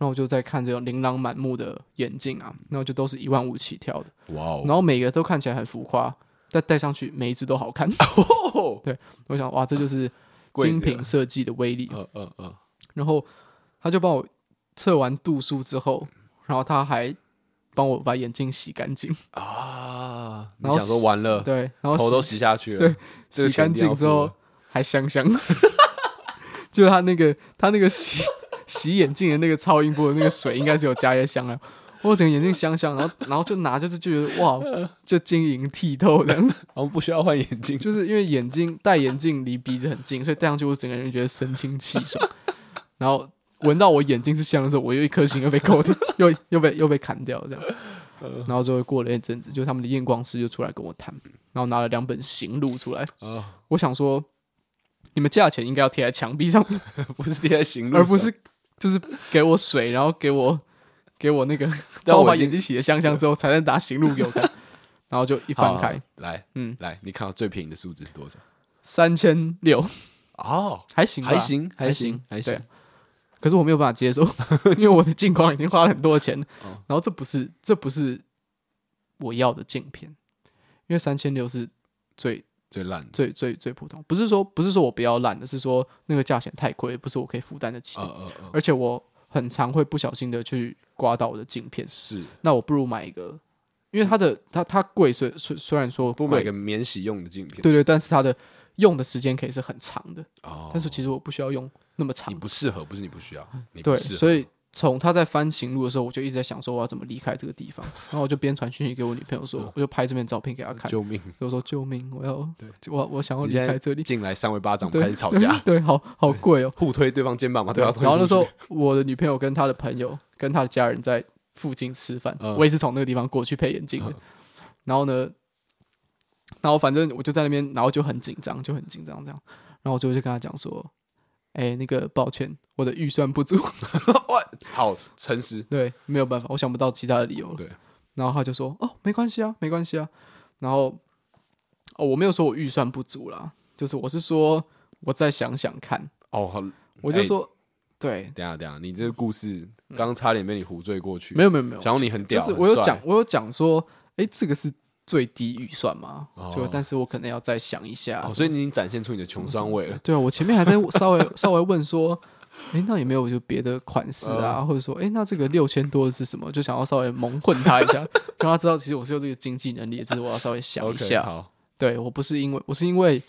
Speaker 2: 然后我就在看这种琳琅满目的眼镜啊，然后就都是一万五起跳的，
Speaker 1: 哇哦，
Speaker 2: 然后每个都看起来很浮夸，但戴上去每一只都好看。
Speaker 1: 哦，
Speaker 2: 我想，哇，这就是
Speaker 1: 贵的
Speaker 2: 精品设计的 威力。
Speaker 1: 嗯嗯嗯，
Speaker 2: 然后他就帮我测完度数之后，然后他还帮我把眼镜洗干净，
Speaker 1: 啊，你
Speaker 2: 然后
Speaker 1: 想说完了，
Speaker 2: 对，然后
Speaker 1: 头都
Speaker 2: 洗
Speaker 1: 洗下去了，
Speaker 2: 对，
Speaker 1: 这个
Speaker 2: 洗
Speaker 1: 钱
Speaker 2: 干
Speaker 1: 一定要
Speaker 2: 净之
Speaker 1: 付
Speaker 2: 后
Speaker 1: 了，
Speaker 2: 还香香的， 就是他那个他那个洗洗眼镜的那个超音波的那个水，应该是有加一些香料。我整个眼镜香香，然后然后就拿就是就觉得
Speaker 1: 嗯
Speaker 2: 哇，就晶莹剔透的，
Speaker 1: 我们不需要换眼镜，
Speaker 2: 就是因为眼镜戴眼镜离鼻子很近，所以戴上去我整个人觉得神清气爽。然后闻到我眼睛是香的时候，我又一颗星又被扣掉，又又被又被砍掉这样。
Speaker 1: 嗯
Speaker 2: 然后之后过了一阵子，就他们的验光师就出来跟我谈，然后拿了两本行录出来，
Speaker 1: 啊，
Speaker 2: 我想说，你们价钱应该要贴在墙 壁上，
Speaker 1: 不是贴在行路，
Speaker 2: 而不，是就是给我水，然后给我给我那个，
Speaker 1: 但
Speaker 2: 帮我把
Speaker 1: 我已经
Speaker 2: 眼睛洗的香香之后，才能拿行路给我 看，然后就一翻
Speaker 1: 好
Speaker 2: 开，
Speaker 1: 好来，
Speaker 2: 嗯
Speaker 1: 嗯，来，你看到最便宜的数字是多少？
Speaker 2: 三千六，
Speaker 1: 哦，
Speaker 2: 还行吧，
Speaker 1: 还行，
Speaker 2: 还
Speaker 1: 行，还
Speaker 2: 对。可是我没有办法 接受，因为我的镜框已经花了很多钱了，
Speaker 1: 哦
Speaker 2: 然后这不是这不是我要的镜片，因为三千六是最
Speaker 1: 最烂的，
Speaker 2: 最最最普通，不是说不是说我不要烂的，是说那个价钱太贵，不是我可以负担得起的
Speaker 1: 嗯嗯嗯，
Speaker 2: 而且我很常会不小心的去刮到我的镜片，
Speaker 1: 是
Speaker 2: 那我不如买一个，因为它的它它贵，虽虽虽然说
Speaker 1: 不
Speaker 2: 贵
Speaker 1: 买个免洗用的镜片，
Speaker 2: 对对，但是它的用的时间可以是很长的，
Speaker 1: 哦，
Speaker 2: 但是其实我不需要用那么长
Speaker 1: 你，不适合，不是你不需要，你
Speaker 2: 对，
Speaker 1: 不啊适合，
Speaker 2: 所以从他在翻行路的时候，我就一直在想说我要怎么离开这个地方，然后我就边传讯息给我女朋友
Speaker 1: 嗯
Speaker 2: 说，我就拍这边照片给她看，
Speaker 1: 救命！
Speaker 2: 我说救命，我要我我想
Speaker 1: 嗯
Speaker 2: 要
Speaker 1: 你
Speaker 2: 离
Speaker 1: 现
Speaker 2: 开
Speaker 1: 在
Speaker 2: 这里，
Speaker 1: 进来三维巴掌，我
Speaker 2: 对，
Speaker 1: 们开始吵架
Speaker 2: 对，好好贵哦，
Speaker 1: 互推啊对方肩膀嘛，对吧？
Speaker 2: 啊然后那时候我的女朋友跟她的朋友跟她的家人在附近吃饭，
Speaker 1: 嗯
Speaker 2: 我也是从那个地方过去配眼镜的。
Speaker 1: 嗯
Speaker 2: 然后呢，然后反正我就在那边，然后就很紧张，就很紧张这样。然后我最后就跟她讲说：“哎、那个抱歉，我的预算不足，
Speaker 1: 好诚实，
Speaker 2: 对，没有办法，我想不到其他的理由了。”
Speaker 1: 对。
Speaker 2: 然后她就说：“哦，没关系啊，没关系啊。”然后哦，我没有说我预算不足啦，就是我是说我再想想看。
Speaker 1: 哦，好，
Speaker 2: 我就
Speaker 1: 哎
Speaker 2: 说，对，
Speaker 1: 等一下等一下，你这个故事刚差点被你胡醉过去，
Speaker 2: 没有没有没有，
Speaker 1: 想要你很
Speaker 2: 就
Speaker 1: 屌，
Speaker 2: 是
Speaker 1: 很
Speaker 2: 我有
Speaker 1: 帅
Speaker 2: 讲，，我有讲说，诶，这个是最低预算嘛？
Speaker 1: 哦
Speaker 2: 就但是我可能要再想一下。
Speaker 1: 哦所以
Speaker 2: 什
Speaker 1: 你已经展现出你的穷
Speaker 2: 么
Speaker 1: 酸味了。。
Speaker 2: 对啊，我前面还在稍微稍微问说，诶，那有没有就别的款式啊？
Speaker 1: 嗯
Speaker 2: 或者说，诶，那这个六千多的是什么？就想要稍微蒙混他一下， 让他知道其实我是有这个经济能力的，只是我要稍微想一
Speaker 1: OK，
Speaker 2: 下。
Speaker 1: 好，
Speaker 2: 对我不是因为我是因为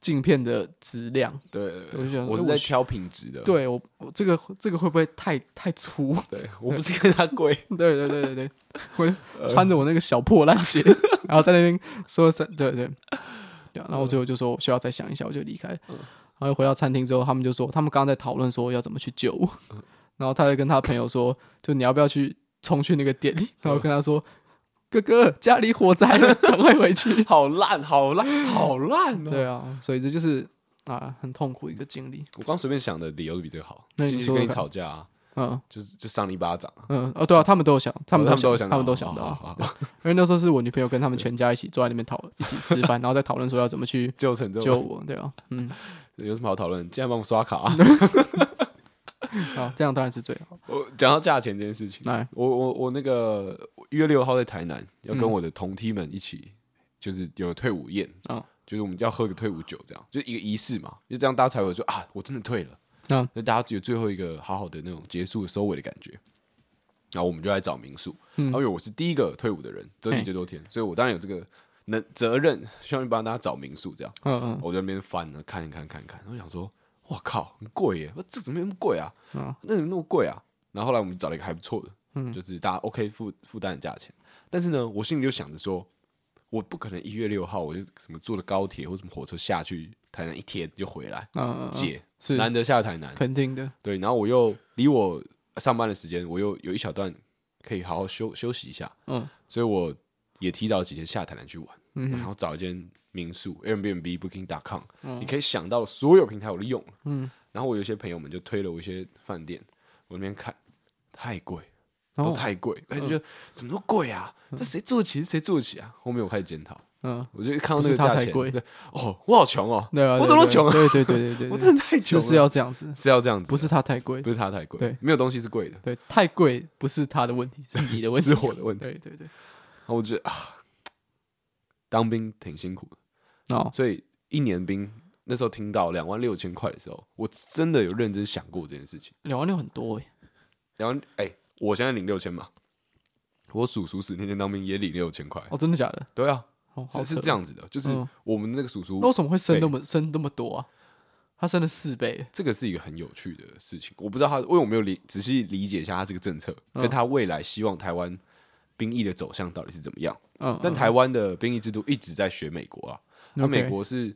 Speaker 2: 镜片的质量。
Speaker 1: 对，对对
Speaker 2: 我就想
Speaker 1: 我是
Speaker 2: 哎
Speaker 1: 在
Speaker 2: 我
Speaker 1: 挑品质的，
Speaker 2: 对我，我这个这个会不会太太粗？
Speaker 1: 对，我不是跟他贵，
Speaker 2: 对对对对对，我
Speaker 1: 呃
Speaker 2: 就穿着我那个小破烂鞋， 然后在那边说三，对对。对啊然后我最后就说我需要再想一下，我就离开。
Speaker 1: 嗯
Speaker 2: 然后又回到餐厅之后，他们就说他们刚刚在讨论说要怎么去救我，
Speaker 1: 嗯
Speaker 2: 然后他就跟他朋友说，就你要不要去冲去那个店里？
Speaker 1: 嗯
Speaker 2: 然后跟他说，哥哥家里火灾了，赶快回 去。
Speaker 1: 好烂，好 烂，好烂哦！
Speaker 2: 对啊，所以这就是啊很痛苦一个经历。
Speaker 1: 我刚随便想的理由都比这个好，
Speaker 2: 那你
Speaker 1: 进去
Speaker 2: 说
Speaker 1: 跟
Speaker 2: 说
Speaker 1: 你
Speaker 2: 看
Speaker 1: 吵架啊，
Speaker 2: 嗯
Speaker 1: 就是就上你一巴掌啊，
Speaker 2: 嗯哦对啊，他们都有想，他们
Speaker 1: 哦他
Speaker 2: 都
Speaker 1: 们
Speaker 2: 有
Speaker 1: 都想到
Speaker 2: 他们都想到
Speaker 1: 好
Speaker 2: 啊。
Speaker 1: 好好好
Speaker 2: 因为那时候是我女朋友跟他们全家一起坐在那边讨一起吃 饭，然后再讨论说要怎么去
Speaker 1: 就成这
Speaker 2: 救
Speaker 1: 种，
Speaker 2: 我，对啊，嗯，
Speaker 1: 有什么好讨论？竟然帮我刷卡 啊，
Speaker 2: 好，这样当然是最好。
Speaker 1: 我讲到价钱这件事情，
Speaker 2: 来，
Speaker 1: 我我我那个我一月六号在台南，要
Speaker 2: 嗯
Speaker 1: 跟我的同梯们一起，就是有退伍宴
Speaker 2: 哦
Speaker 1: 就是我们要喝个退伍酒，这样就一个仪式嘛，就这样大家才会说啊，我真的退了，
Speaker 2: 嗯
Speaker 1: 那大家有最后一个好好的那种结束收尾的感觉。然后我们就来找民宿，然后因为我是第一个退伍的人，折抵
Speaker 2: 嗯嘿
Speaker 1: 最多天，所以我当然有这个能责任，希望帮大家找民宿这样。
Speaker 2: 嗯嗯，
Speaker 1: 我在那边翻了看一看看一看，我想说，我靠，很贵耶！这怎么那么贵啊？
Speaker 2: 嗯
Speaker 1: 那怎么那么贵啊？然后后来我们找了一个还不错的，就是大家 OK 负负担的价钱。但是呢，我心里就想着说，我不可能一月六号我就什么坐的高铁或什么火车下去台南一天就回来，
Speaker 2: 嗯嗯嗯，
Speaker 1: 姐、
Speaker 2: 是
Speaker 1: 难得下台南，
Speaker 2: 肯定的，
Speaker 1: 对，然后我又离我上班的时间，我又有一小段可以好好休休息一下，
Speaker 2: 嗯，
Speaker 1: 所以我也提早几天下台南去玩，嗯，然后找一间民宿，Airbnb、Booking.com，、你
Speaker 2: 嗯
Speaker 1: 可以想到的所有平台我都用了，嗯，然后我有些朋友们就推了我一些饭店，我那边看太贵，都
Speaker 2: 哦
Speaker 1: 太贵，我就觉得怎么那么贵啊？这谁住得起？谁住得起啊？后面我开始检讨，
Speaker 2: 嗯，
Speaker 1: 我就看到
Speaker 2: 不
Speaker 1: 那
Speaker 2: 是
Speaker 1: 个
Speaker 2: 他
Speaker 1: 价
Speaker 2: 太
Speaker 1: 钱，
Speaker 2: 贵
Speaker 1: 对，哦，我好穷哦，
Speaker 2: 对啊，
Speaker 1: 我
Speaker 2: 对
Speaker 1: 怎么
Speaker 2: 对
Speaker 1: 穷啊？
Speaker 2: 对对对对 对，
Speaker 1: 我
Speaker 2: 对
Speaker 1: 真的太
Speaker 2: 是
Speaker 1: 穷啊了，
Speaker 2: 是要这样子，
Speaker 1: 是要这样子，
Speaker 2: 不是他太贵
Speaker 1: 不，是它太贵，
Speaker 2: 对
Speaker 1: 没有东西是贵的，
Speaker 2: 对，太贵不是他的问题，是你的问题
Speaker 1: 是，我的问题。
Speaker 2: 对对对，
Speaker 1: 然后我觉得啊，当兵挺辛苦的，
Speaker 2: 哦，
Speaker 1: 所以一年兵那时候听到两万六千块的时候，我真的有认真想过这件事情。
Speaker 2: 两万六很多
Speaker 1: 欸
Speaker 2: 诶，
Speaker 1: 然后哎、我现在领六千嘛，我叔叔十年前当兵也领六千块，
Speaker 2: 哦，真的假的？
Speaker 1: 对啊，
Speaker 2: 哦，好
Speaker 1: 是是
Speaker 2: 扯
Speaker 1: 这，样子的，就是
Speaker 2: 嗯
Speaker 1: 我们那个叔叔
Speaker 2: 那为什么会升那么升那么多啊？他升了四倍，
Speaker 1: 这个是一个很有趣的事情，我不知道他，因为我没有理仔细理解一下他这个政策，跟
Speaker 2: 嗯
Speaker 1: 他未来希望台湾兵役的走向到底是怎么样。
Speaker 2: 嗯，
Speaker 1: 但
Speaker 2: 嗯
Speaker 1: 台湾的兵役制度一直在学美国啊，那、
Speaker 2: OK
Speaker 1: 美国是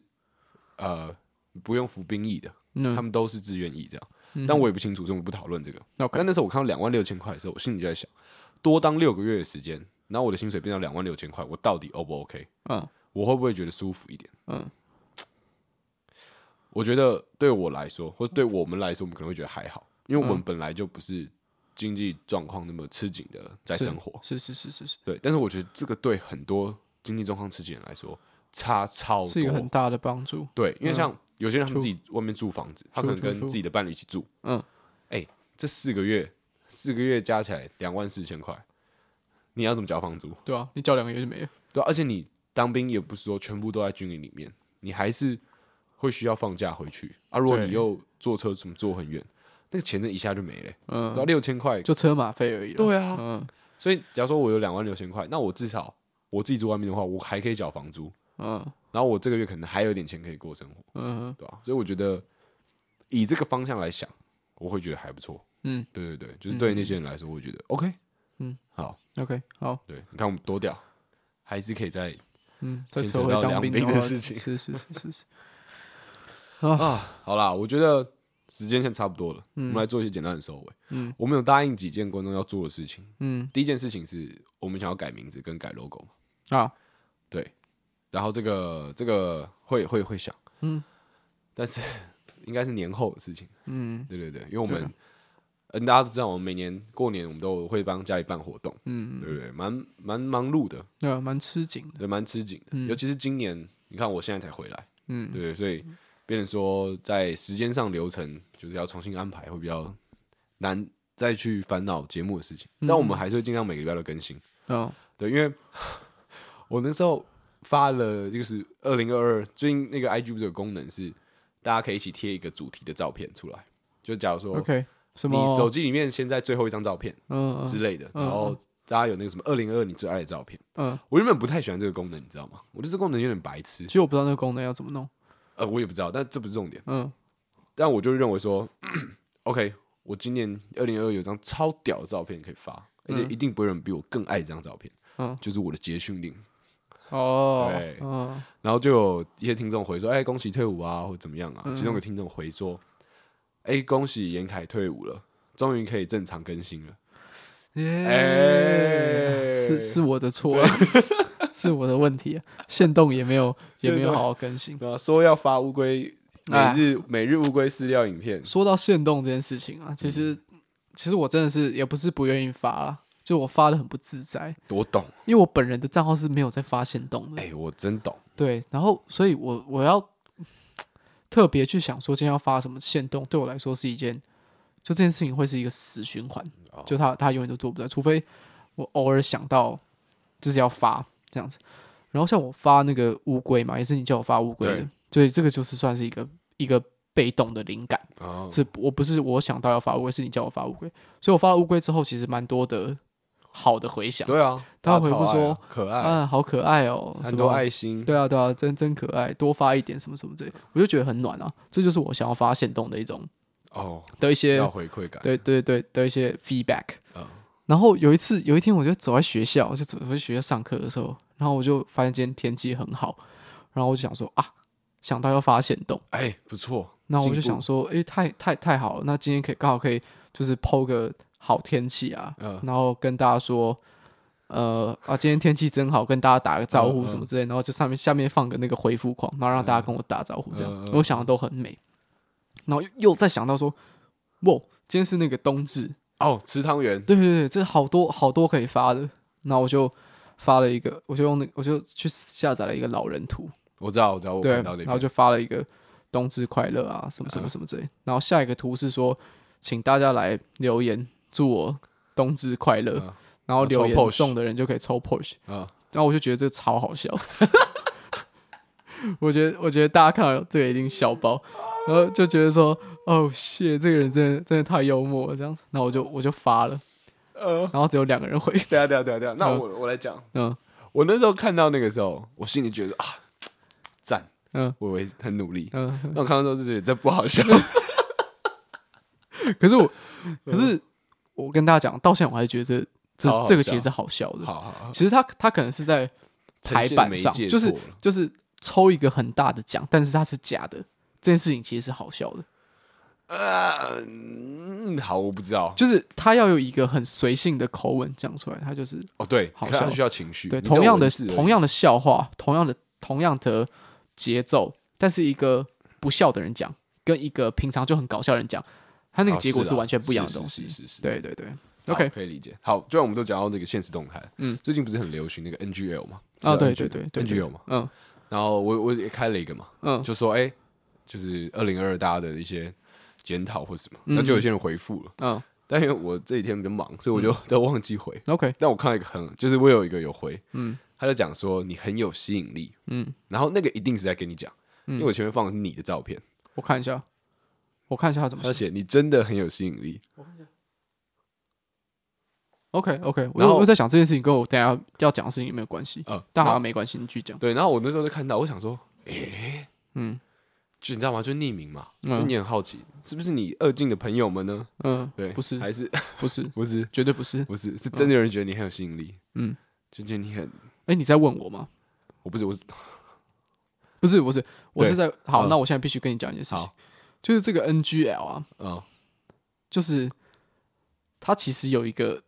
Speaker 1: 呃不用服兵役的，
Speaker 2: 嗯
Speaker 1: 他们都是自愿役这样。但我也不清楚，所以我们不讨论这个。
Speaker 2: OK
Speaker 1: 但那时候我看到两万六千块的时候，我心里就在想，多当六个月的时间，然后我的薪水变到两万六千块，我到底 O 不 OK？
Speaker 2: 嗯
Speaker 1: 我会不会觉得舒服一点？
Speaker 2: 嗯，
Speaker 1: 我觉得对我来说，或者对我们来说，我们可能会觉得还好，因
Speaker 2: 嗯
Speaker 1: 为我们本来就不是经济状况那么吃紧的在
Speaker 2: 是
Speaker 1: 生活。
Speaker 2: 是是是是是，
Speaker 1: 对，但是我觉得这个对很多经济状况吃紧的人来说差超
Speaker 2: 是一个很嗯
Speaker 1: 多。哦
Speaker 2: 大的帮助，
Speaker 1: 对，因为像有些人他们
Speaker 2: 出
Speaker 1: 自己外面住房子，他
Speaker 2: 出
Speaker 1: 可能
Speaker 2: 出
Speaker 1: 跟
Speaker 2: 出
Speaker 1: 自己的伴侣一起住。
Speaker 2: 嗯，
Speaker 1: 哎，这四个月，四个月加起来两万四千块，你要怎么交房租？
Speaker 2: 对啊，你交两个月就没了，
Speaker 1: 对啊、而且你当兵也不是说全部都在军营里面，你还是会需要放假回去啊。如果
Speaker 2: 对
Speaker 1: 你又坐车怎么坐很远，那个钱真的一下就没了、
Speaker 2: 嗯
Speaker 1: 到六千块。
Speaker 2: 就车马费而已啦。
Speaker 1: 对啊，
Speaker 2: 嗯
Speaker 1: 所以假如说我有两万六千块，那我至少我自己住外面的话，我还可以缴房租。
Speaker 2: 嗯
Speaker 1: 然后我这个月可能还有点钱可以过生活，
Speaker 2: 嗯
Speaker 1: 对吧、所以我觉得以这个方向来想，我会觉得还不错。
Speaker 2: 嗯，
Speaker 1: 对对对，就是对那些人来说，我会觉得、OK。
Speaker 2: 嗯，
Speaker 1: 好，
Speaker 2: ，OK，好，
Speaker 1: 对，你看我们多屌，还是可以在
Speaker 2: 嗯，再
Speaker 1: 牵
Speaker 2: 扯
Speaker 1: 扯
Speaker 2: 回
Speaker 1: 到
Speaker 2: 当
Speaker 1: 良
Speaker 2: 兵
Speaker 1: 兵的
Speaker 2: 话
Speaker 1: 事情
Speaker 2: 是是是是是，
Speaker 1: 啊，好啦，我觉得时间线差不多了，我们来做一些简单的收尾。
Speaker 2: 嗯，
Speaker 1: 我们有答应几件观众要做的事情，
Speaker 2: 嗯
Speaker 1: 第一件事情是我们想要改名字跟改 logo 嘛，
Speaker 2: 啊，
Speaker 1: 对，然后这个这个会会会想，
Speaker 2: 嗯，
Speaker 1: 但是 应该是年后的事情。
Speaker 2: 嗯
Speaker 1: 对对对，因为我
Speaker 2: 对
Speaker 1: 们
Speaker 2: 啊，
Speaker 1: 嗯，大家都知道，我们每年过年我们都会帮家里办活动，
Speaker 2: 嗯，
Speaker 1: 对不对？蛮蛮忙碌的，
Speaker 2: 那蛮吃紧的，
Speaker 1: 对，蛮吃紧的。尤其是今年，你看我现在才回来，
Speaker 2: 嗯
Speaker 1: 对不对，所以变成说在时间上流程就是要重新安排，会比较难再去烦恼节目的事情。但我们还是会尽量每个礼拜都更新，
Speaker 2: 嗯
Speaker 1: 对，因为 我那时候发了就是二零二二，最近那个 IG 不是有功能是大家可以一起贴一个主题的照片出来，就假如说。
Speaker 2: ，OK，什
Speaker 1: 你手
Speaker 2: 么？
Speaker 1: 机里面先在最后一张照片
Speaker 2: 嗯
Speaker 1: 之
Speaker 2: 嗯
Speaker 1: 类的，
Speaker 2: 嗯
Speaker 1: 然后大家有那个什么二零二你最爱的照片。
Speaker 2: 嗯，
Speaker 1: 我原本不太喜欢这个功能，你知道吗？我觉得这个功能有点白痴
Speaker 2: 其。实我不知道那个功能要怎么弄，
Speaker 1: 呃，我也不知道，但这不是重点。
Speaker 2: 嗯
Speaker 1: 但我就认为说 ，OK，我今年二零二有张超屌的照片可以发，而且一定不会有人比我更爱这张照片。
Speaker 2: 嗯
Speaker 1: 就是我的结训令。
Speaker 2: 哦
Speaker 1: 对，
Speaker 2: 嗯
Speaker 1: 然后就有一些听众回说：“哎、恭喜退伍啊，或怎么样啊。其中有个听众回说：“哎、恭喜严凯退伍了，终于可以正常更新了。
Speaker 2: 耶，是是我的错啊，是我的问题啊，限动也没有也没有好好更新”。
Speaker 1: 然后啊说要发乌龟每
Speaker 2: 哎
Speaker 1: 日、每日乌龟饲料影片，
Speaker 2: 说到限动这件事情啊，其实、
Speaker 1: 嗯
Speaker 2: 其实我真的是也不是不愿意发啦，就我发的很不自在，
Speaker 1: 我懂，
Speaker 2: 因为我本人的账号是没有在发限动的，
Speaker 1: 哎、我真懂，
Speaker 2: 对，然后所以我我要特别去想说今天要发什么限动，对我来说是一件，就这件事情会是一个死循环，
Speaker 1: 哦
Speaker 2: 就他他永远都做不到，除非我偶尔想到就是要发这样子。然后像我发那个乌龟嘛，也是你叫我发乌龟的
Speaker 1: 对，
Speaker 2: 所以这个就是算是一个一个被动的灵感。
Speaker 1: 哦，
Speaker 2: 是我不是我想到要发乌龟，是你叫我发乌龟，所以我发了乌龟之后，其实蛮多的好的回响，
Speaker 1: 对啊，
Speaker 2: 他回复
Speaker 1: 超爱啊
Speaker 2: 说
Speaker 1: 可爱，
Speaker 2: 啊，好可爱哦，
Speaker 1: 很
Speaker 2: 什
Speaker 1: 多
Speaker 2: 么
Speaker 1: 爱心，
Speaker 2: 对啊对啊，真真可爱，多发一点什么什么之类，我就觉得很暖啊，这就是我想要发现动的一种
Speaker 1: 哦，
Speaker 2: 的一些
Speaker 1: 要回馈感，
Speaker 2: 对对对的一些 feedback。
Speaker 1: 嗯
Speaker 2: 然后有一次，有一天我就走在学校，我就走走在学校上课的时候，然后我就发现今天天气很好，然后我就想说啊，想到要发现动。
Speaker 1: 哎、不错，
Speaker 2: 那我就
Speaker 1: 进步
Speaker 2: 想，说，诶，太太太好了，那今天可以刚好可以就是剖个好天气啊，
Speaker 1: 嗯
Speaker 2: 然后跟大家说，呃啊，今天天气真好，跟大家打个招呼
Speaker 1: 嗯
Speaker 2: 什么之类，然后就上面下面放个那个回复框，然后让大家跟我打招呼，这样、
Speaker 1: 嗯嗯
Speaker 2: 我想的都很美，然后又又再想到说，哇，今天是那个冬至，
Speaker 1: 哦，吃汤圆，
Speaker 2: 对对对，这好多好多可以发的，那我就发了一个，我就用那我就去下载了一个老人图，
Speaker 1: 我知道，我知道，我
Speaker 2: 对，
Speaker 1: 看到那嗯
Speaker 2: 然后
Speaker 1: 个，
Speaker 2: 就发了一个冬至快乐啊，什么什么什么之类。然后下一个图是说，请大家来留言祝我冬至快乐，
Speaker 1: 嗯
Speaker 2: 然后
Speaker 1: 我抽
Speaker 2: 留言
Speaker 1: Porsche
Speaker 2: 中的人就可以抽 Porsche。
Speaker 1: 啊，
Speaker 2: 然后我就觉得这超好笑， 我觉得我觉得大家看到这个一定笑爆，然后就觉得说，哦，谢，这个人真的真的太幽默了这样子。然后我就我就发了，
Speaker 1: 呃，
Speaker 2: 然后只有两个人回，
Speaker 1: 对啊，对啊，对啊，对啊，那
Speaker 2: 嗯
Speaker 1: 我我来讲，
Speaker 2: 嗯
Speaker 1: 我那时候看到那个时候，我心里觉得啊，赞，
Speaker 2: 嗯
Speaker 1: 我以为很努力。
Speaker 2: 嗯。
Speaker 1: 那我看到之后就觉得这不好 笑，
Speaker 2: 可是我，可是我跟大家讲，到现在我还觉得这
Speaker 1: 好
Speaker 2: 这
Speaker 1: 好
Speaker 2: 这个其
Speaker 1: 笑
Speaker 2: 实是好笑的，
Speaker 1: 好好好，
Speaker 2: 其实他他可能是在排版上，
Speaker 1: 呈现媒介
Speaker 2: 就是
Speaker 1: 错了
Speaker 2: 就是抽一个很大的奖，但是它是假的，这件事情其实是好笑的，
Speaker 1: 呃，嗯，好，我不知道。
Speaker 2: 就是他要有一个很随性的口吻讲出来，他就是
Speaker 1: 哦，对，
Speaker 2: 好
Speaker 1: 它
Speaker 2: 笑
Speaker 1: 需要情绪，
Speaker 2: 对
Speaker 1: 你只有
Speaker 2: 同样的
Speaker 1: 文字而已
Speaker 2: 同样的笑话，同样的同样的节奏，但是一个不笑的人讲，跟一个平常就很搞笑的人讲，他那个
Speaker 1: 哦
Speaker 2: 结果
Speaker 1: 是
Speaker 2: 是
Speaker 1: 啊
Speaker 2: 完全不一样的
Speaker 1: 是
Speaker 2: 东西。
Speaker 1: 是是是是
Speaker 2: 对对对
Speaker 1: 好
Speaker 2: ，OK
Speaker 1: 可以理解。好，就像我们都讲到那个现实动态，
Speaker 2: 嗯
Speaker 1: 嗯，最近不是很流行那个 NGL 嘛？
Speaker 2: 啊，
Speaker 1: 是
Speaker 2: 对
Speaker 1: NGL
Speaker 2: 对对对
Speaker 1: ，NGL 嘛。，
Speaker 2: 对嗯
Speaker 1: 然后我我也开了一个嘛，
Speaker 2: 嗯，
Speaker 1: 就说哎，就是二零二大家的一些检讨或什么，那就有些人回复了，
Speaker 2: 嗯
Speaker 1: 但因为我这几天比较忙，所以我就都忘记回。
Speaker 2: ，OK，
Speaker 1: 但我看到一个很，就是我有一个有回，
Speaker 2: 嗯
Speaker 1: 他就讲说你很有吸引力，
Speaker 2: 嗯，
Speaker 1: 然后那个一定是在跟你讲，
Speaker 2: 嗯
Speaker 1: 因为我前面放的是你的照片，
Speaker 2: 我看一下，我看一下他怎么
Speaker 1: 他
Speaker 2: 写。
Speaker 1: 写你真的很有吸引力，
Speaker 2: OK OK，我
Speaker 1: 然后
Speaker 2: 我在想这件事情跟我等一下要讲的事情有没有关系，
Speaker 1: 嗯，
Speaker 2: 但好
Speaker 1: 然
Speaker 2: 像
Speaker 1: 后
Speaker 2: 没关系，你继续讲。
Speaker 1: 对，然后我那时候就看到，我想说，
Speaker 2: 嗯
Speaker 1: 就你知道吗？就匿名嘛，
Speaker 2: 嗯
Speaker 1: 所以你很好奇，是不是你二进的朋友们呢？
Speaker 2: 嗯，
Speaker 1: 对，
Speaker 2: 不是
Speaker 1: 还是
Speaker 2: 不是，
Speaker 1: 不是
Speaker 2: 绝对不是。
Speaker 1: 不是，是真的有人觉得你很有吸引力，
Speaker 2: 嗯，
Speaker 1: 就觉得你很，
Speaker 2: 哎，你在问我吗？
Speaker 1: 我不是我是
Speaker 2: 不是不是，我
Speaker 1: 对
Speaker 2: 是在好，
Speaker 1: 嗯
Speaker 2: 那我现在必须跟你讲一件事情
Speaker 1: 好，
Speaker 2: 就是这个 NGL 啊，
Speaker 1: 嗯
Speaker 2: 就是它其实有一个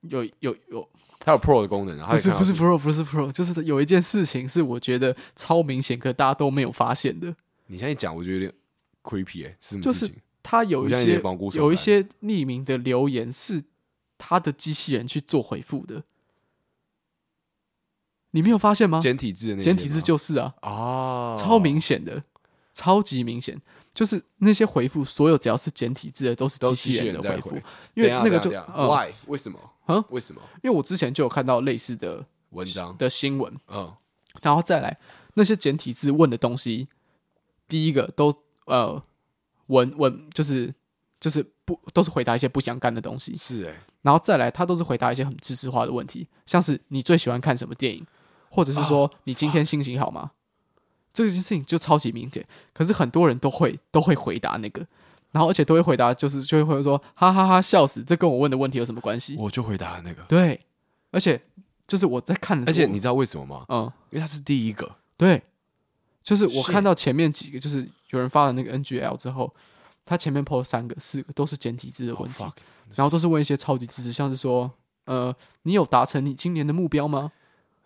Speaker 2: 有有有，
Speaker 1: 它有 Pro 的功能啊，
Speaker 2: 不是
Speaker 1: 它可以看到
Speaker 2: 不是 Pro 不是 Pro，就是有一件事情是我觉得超明显，可大家都没有发现的，
Speaker 1: 你现在讲，我觉得有点 creepy 哎，是什么
Speaker 2: 就
Speaker 1: 事
Speaker 2: 是
Speaker 1: 情？
Speaker 2: 它有
Speaker 1: 我
Speaker 2: 一
Speaker 1: 现在有
Speaker 2: 些
Speaker 1: 点毛骨悚然
Speaker 2: 有一些匿名的留言是他的机器人去做回复的，你没有发现吗？
Speaker 1: 简体字的那些
Speaker 2: 简体字
Speaker 1: 吗
Speaker 2: 就是啊，
Speaker 1: 哦，
Speaker 2: 超明显的，超级明显，就是那些回复，所有只要是简体字的都是
Speaker 1: 都
Speaker 2: 机
Speaker 1: 是
Speaker 2: 器
Speaker 1: 机器
Speaker 2: 人
Speaker 1: 人
Speaker 2: 的
Speaker 1: 在
Speaker 2: 回复
Speaker 1: 回，
Speaker 2: 因为
Speaker 1: 等一下
Speaker 2: 那个就
Speaker 1: 等一下等一下
Speaker 2: 嗯
Speaker 1: why 为什么
Speaker 2: 啊
Speaker 1: 为什么
Speaker 2: 因为我之前就有看到类似的
Speaker 1: 文章
Speaker 2: 的新闻，
Speaker 1: 嗯
Speaker 2: 然后再来那些简体字问的东西，第一个都呃文文就是就是不都是回答一些不相干的东西，
Speaker 1: 是哎
Speaker 2: 然后再来，他都是回答一些很知识化的问题，像是你最喜欢看什么电影，或者是说你今天心情好吗？这件事情就超级明显，可是很多人都会都会回答那个，然后而且都会回答，就是就会说哈哈哈笑死，这跟我问的问题有什么关系？
Speaker 1: 我就回答了那个。
Speaker 2: 对，而且就是我在看的
Speaker 1: 而
Speaker 2: 时候，
Speaker 1: 且你知道为什么吗？
Speaker 2: 嗯，
Speaker 1: 因为他是第一个，
Speaker 2: 对，就是我
Speaker 1: Shit
Speaker 2: 看到前面几个，就是有人发了那个 NGL 之后，他前面 PO 了三个、四个都是简体字的
Speaker 1: 我
Speaker 2: 问题
Speaker 1: ，Oh, fuck，
Speaker 2: 然后都是问一些超级知识，像是说，呃，你有达成你今年的目标吗？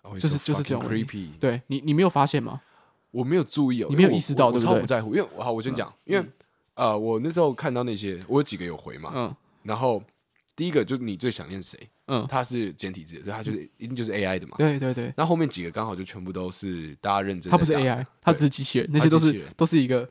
Speaker 1: 哦你
Speaker 2: 就是
Speaker 1: 说
Speaker 2: 就是这
Speaker 1: fucking
Speaker 2: 种问
Speaker 1: creepy。
Speaker 2: 对你，你没有发现吗？
Speaker 1: 我没有注意哦，
Speaker 2: 你
Speaker 1: 因
Speaker 2: 没有
Speaker 1: 为我
Speaker 2: 意识到
Speaker 1: 我我
Speaker 2: 对不
Speaker 1: 超
Speaker 2: 对嗯
Speaker 1: 不在乎，因为我好，我先讲，因为呃，我那时候看到那些，我有几个有回嘛，
Speaker 2: 嗯
Speaker 1: 然后第一个就是你最想念谁，
Speaker 2: 嗯，
Speaker 1: 他是简体字的，所以他就是一定就是 AI 的嘛。
Speaker 2: 对对对，
Speaker 1: 那后面几个刚好就全部都是大家认真在打，
Speaker 2: 他不是 AI，他只
Speaker 1: 对
Speaker 2: 是机器人，那
Speaker 1: 他
Speaker 2: 些都
Speaker 1: 机器
Speaker 2: 是
Speaker 1: 人
Speaker 2: 都是一个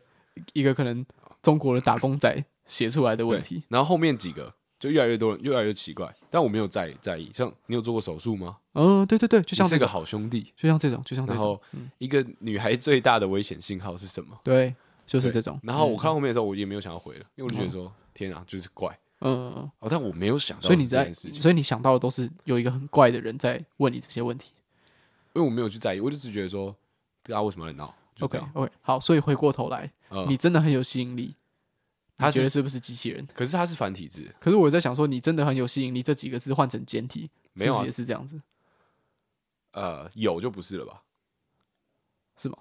Speaker 2: 一个可能中国的打工仔写出来的问
Speaker 1: 对
Speaker 2: 题。
Speaker 1: 然后后面几个就越来越多人，越来越奇怪，但我没有在在意。像你有做过手术吗？
Speaker 2: 嗯，对对对，就
Speaker 1: 你
Speaker 2: 像哦
Speaker 1: 是
Speaker 2: 这
Speaker 1: 个
Speaker 2: 种，
Speaker 1: 好兄弟。
Speaker 2: 就像这种，就像这
Speaker 1: 然
Speaker 2: 种
Speaker 1: 后，一个女孩最大的危险信号是什么？
Speaker 2: 对，就是
Speaker 1: 对
Speaker 2: 这种。
Speaker 1: 然后我
Speaker 2: 嗯哦
Speaker 1: 看到后面的时候，我也没有想要回了，因为我就觉得说，天啊，就是怪
Speaker 2: 嗯嗯嗯。
Speaker 1: 哦。但我没有想到
Speaker 2: 所以你
Speaker 1: 是这
Speaker 2: 在，
Speaker 1: 件事情，
Speaker 2: 所以你想到的都是有一个很怪的人在问你这些问题。
Speaker 1: 因为我没有去在意，我就只觉得说，对啊，为什么要闹？就这
Speaker 2: OK
Speaker 1: 样
Speaker 2: OK，好，所以回过头来，
Speaker 1: 嗯
Speaker 2: 你真的很有吸引力，
Speaker 1: 他
Speaker 2: 你觉
Speaker 1: 是
Speaker 2: 得是不是机器人？
Speaker 1: 可是他是繁体字，
Speaker 2: 可是我在想说，你真的很有吸引力这几个字换成简体，
Speaker 1: 没有
Speaker 2: 是
Speaker 1: 啊
Speaker 2: 不是也是这样子，
Speaker 1: 呃，有就不是了吧？
Speaker 2: 是吗？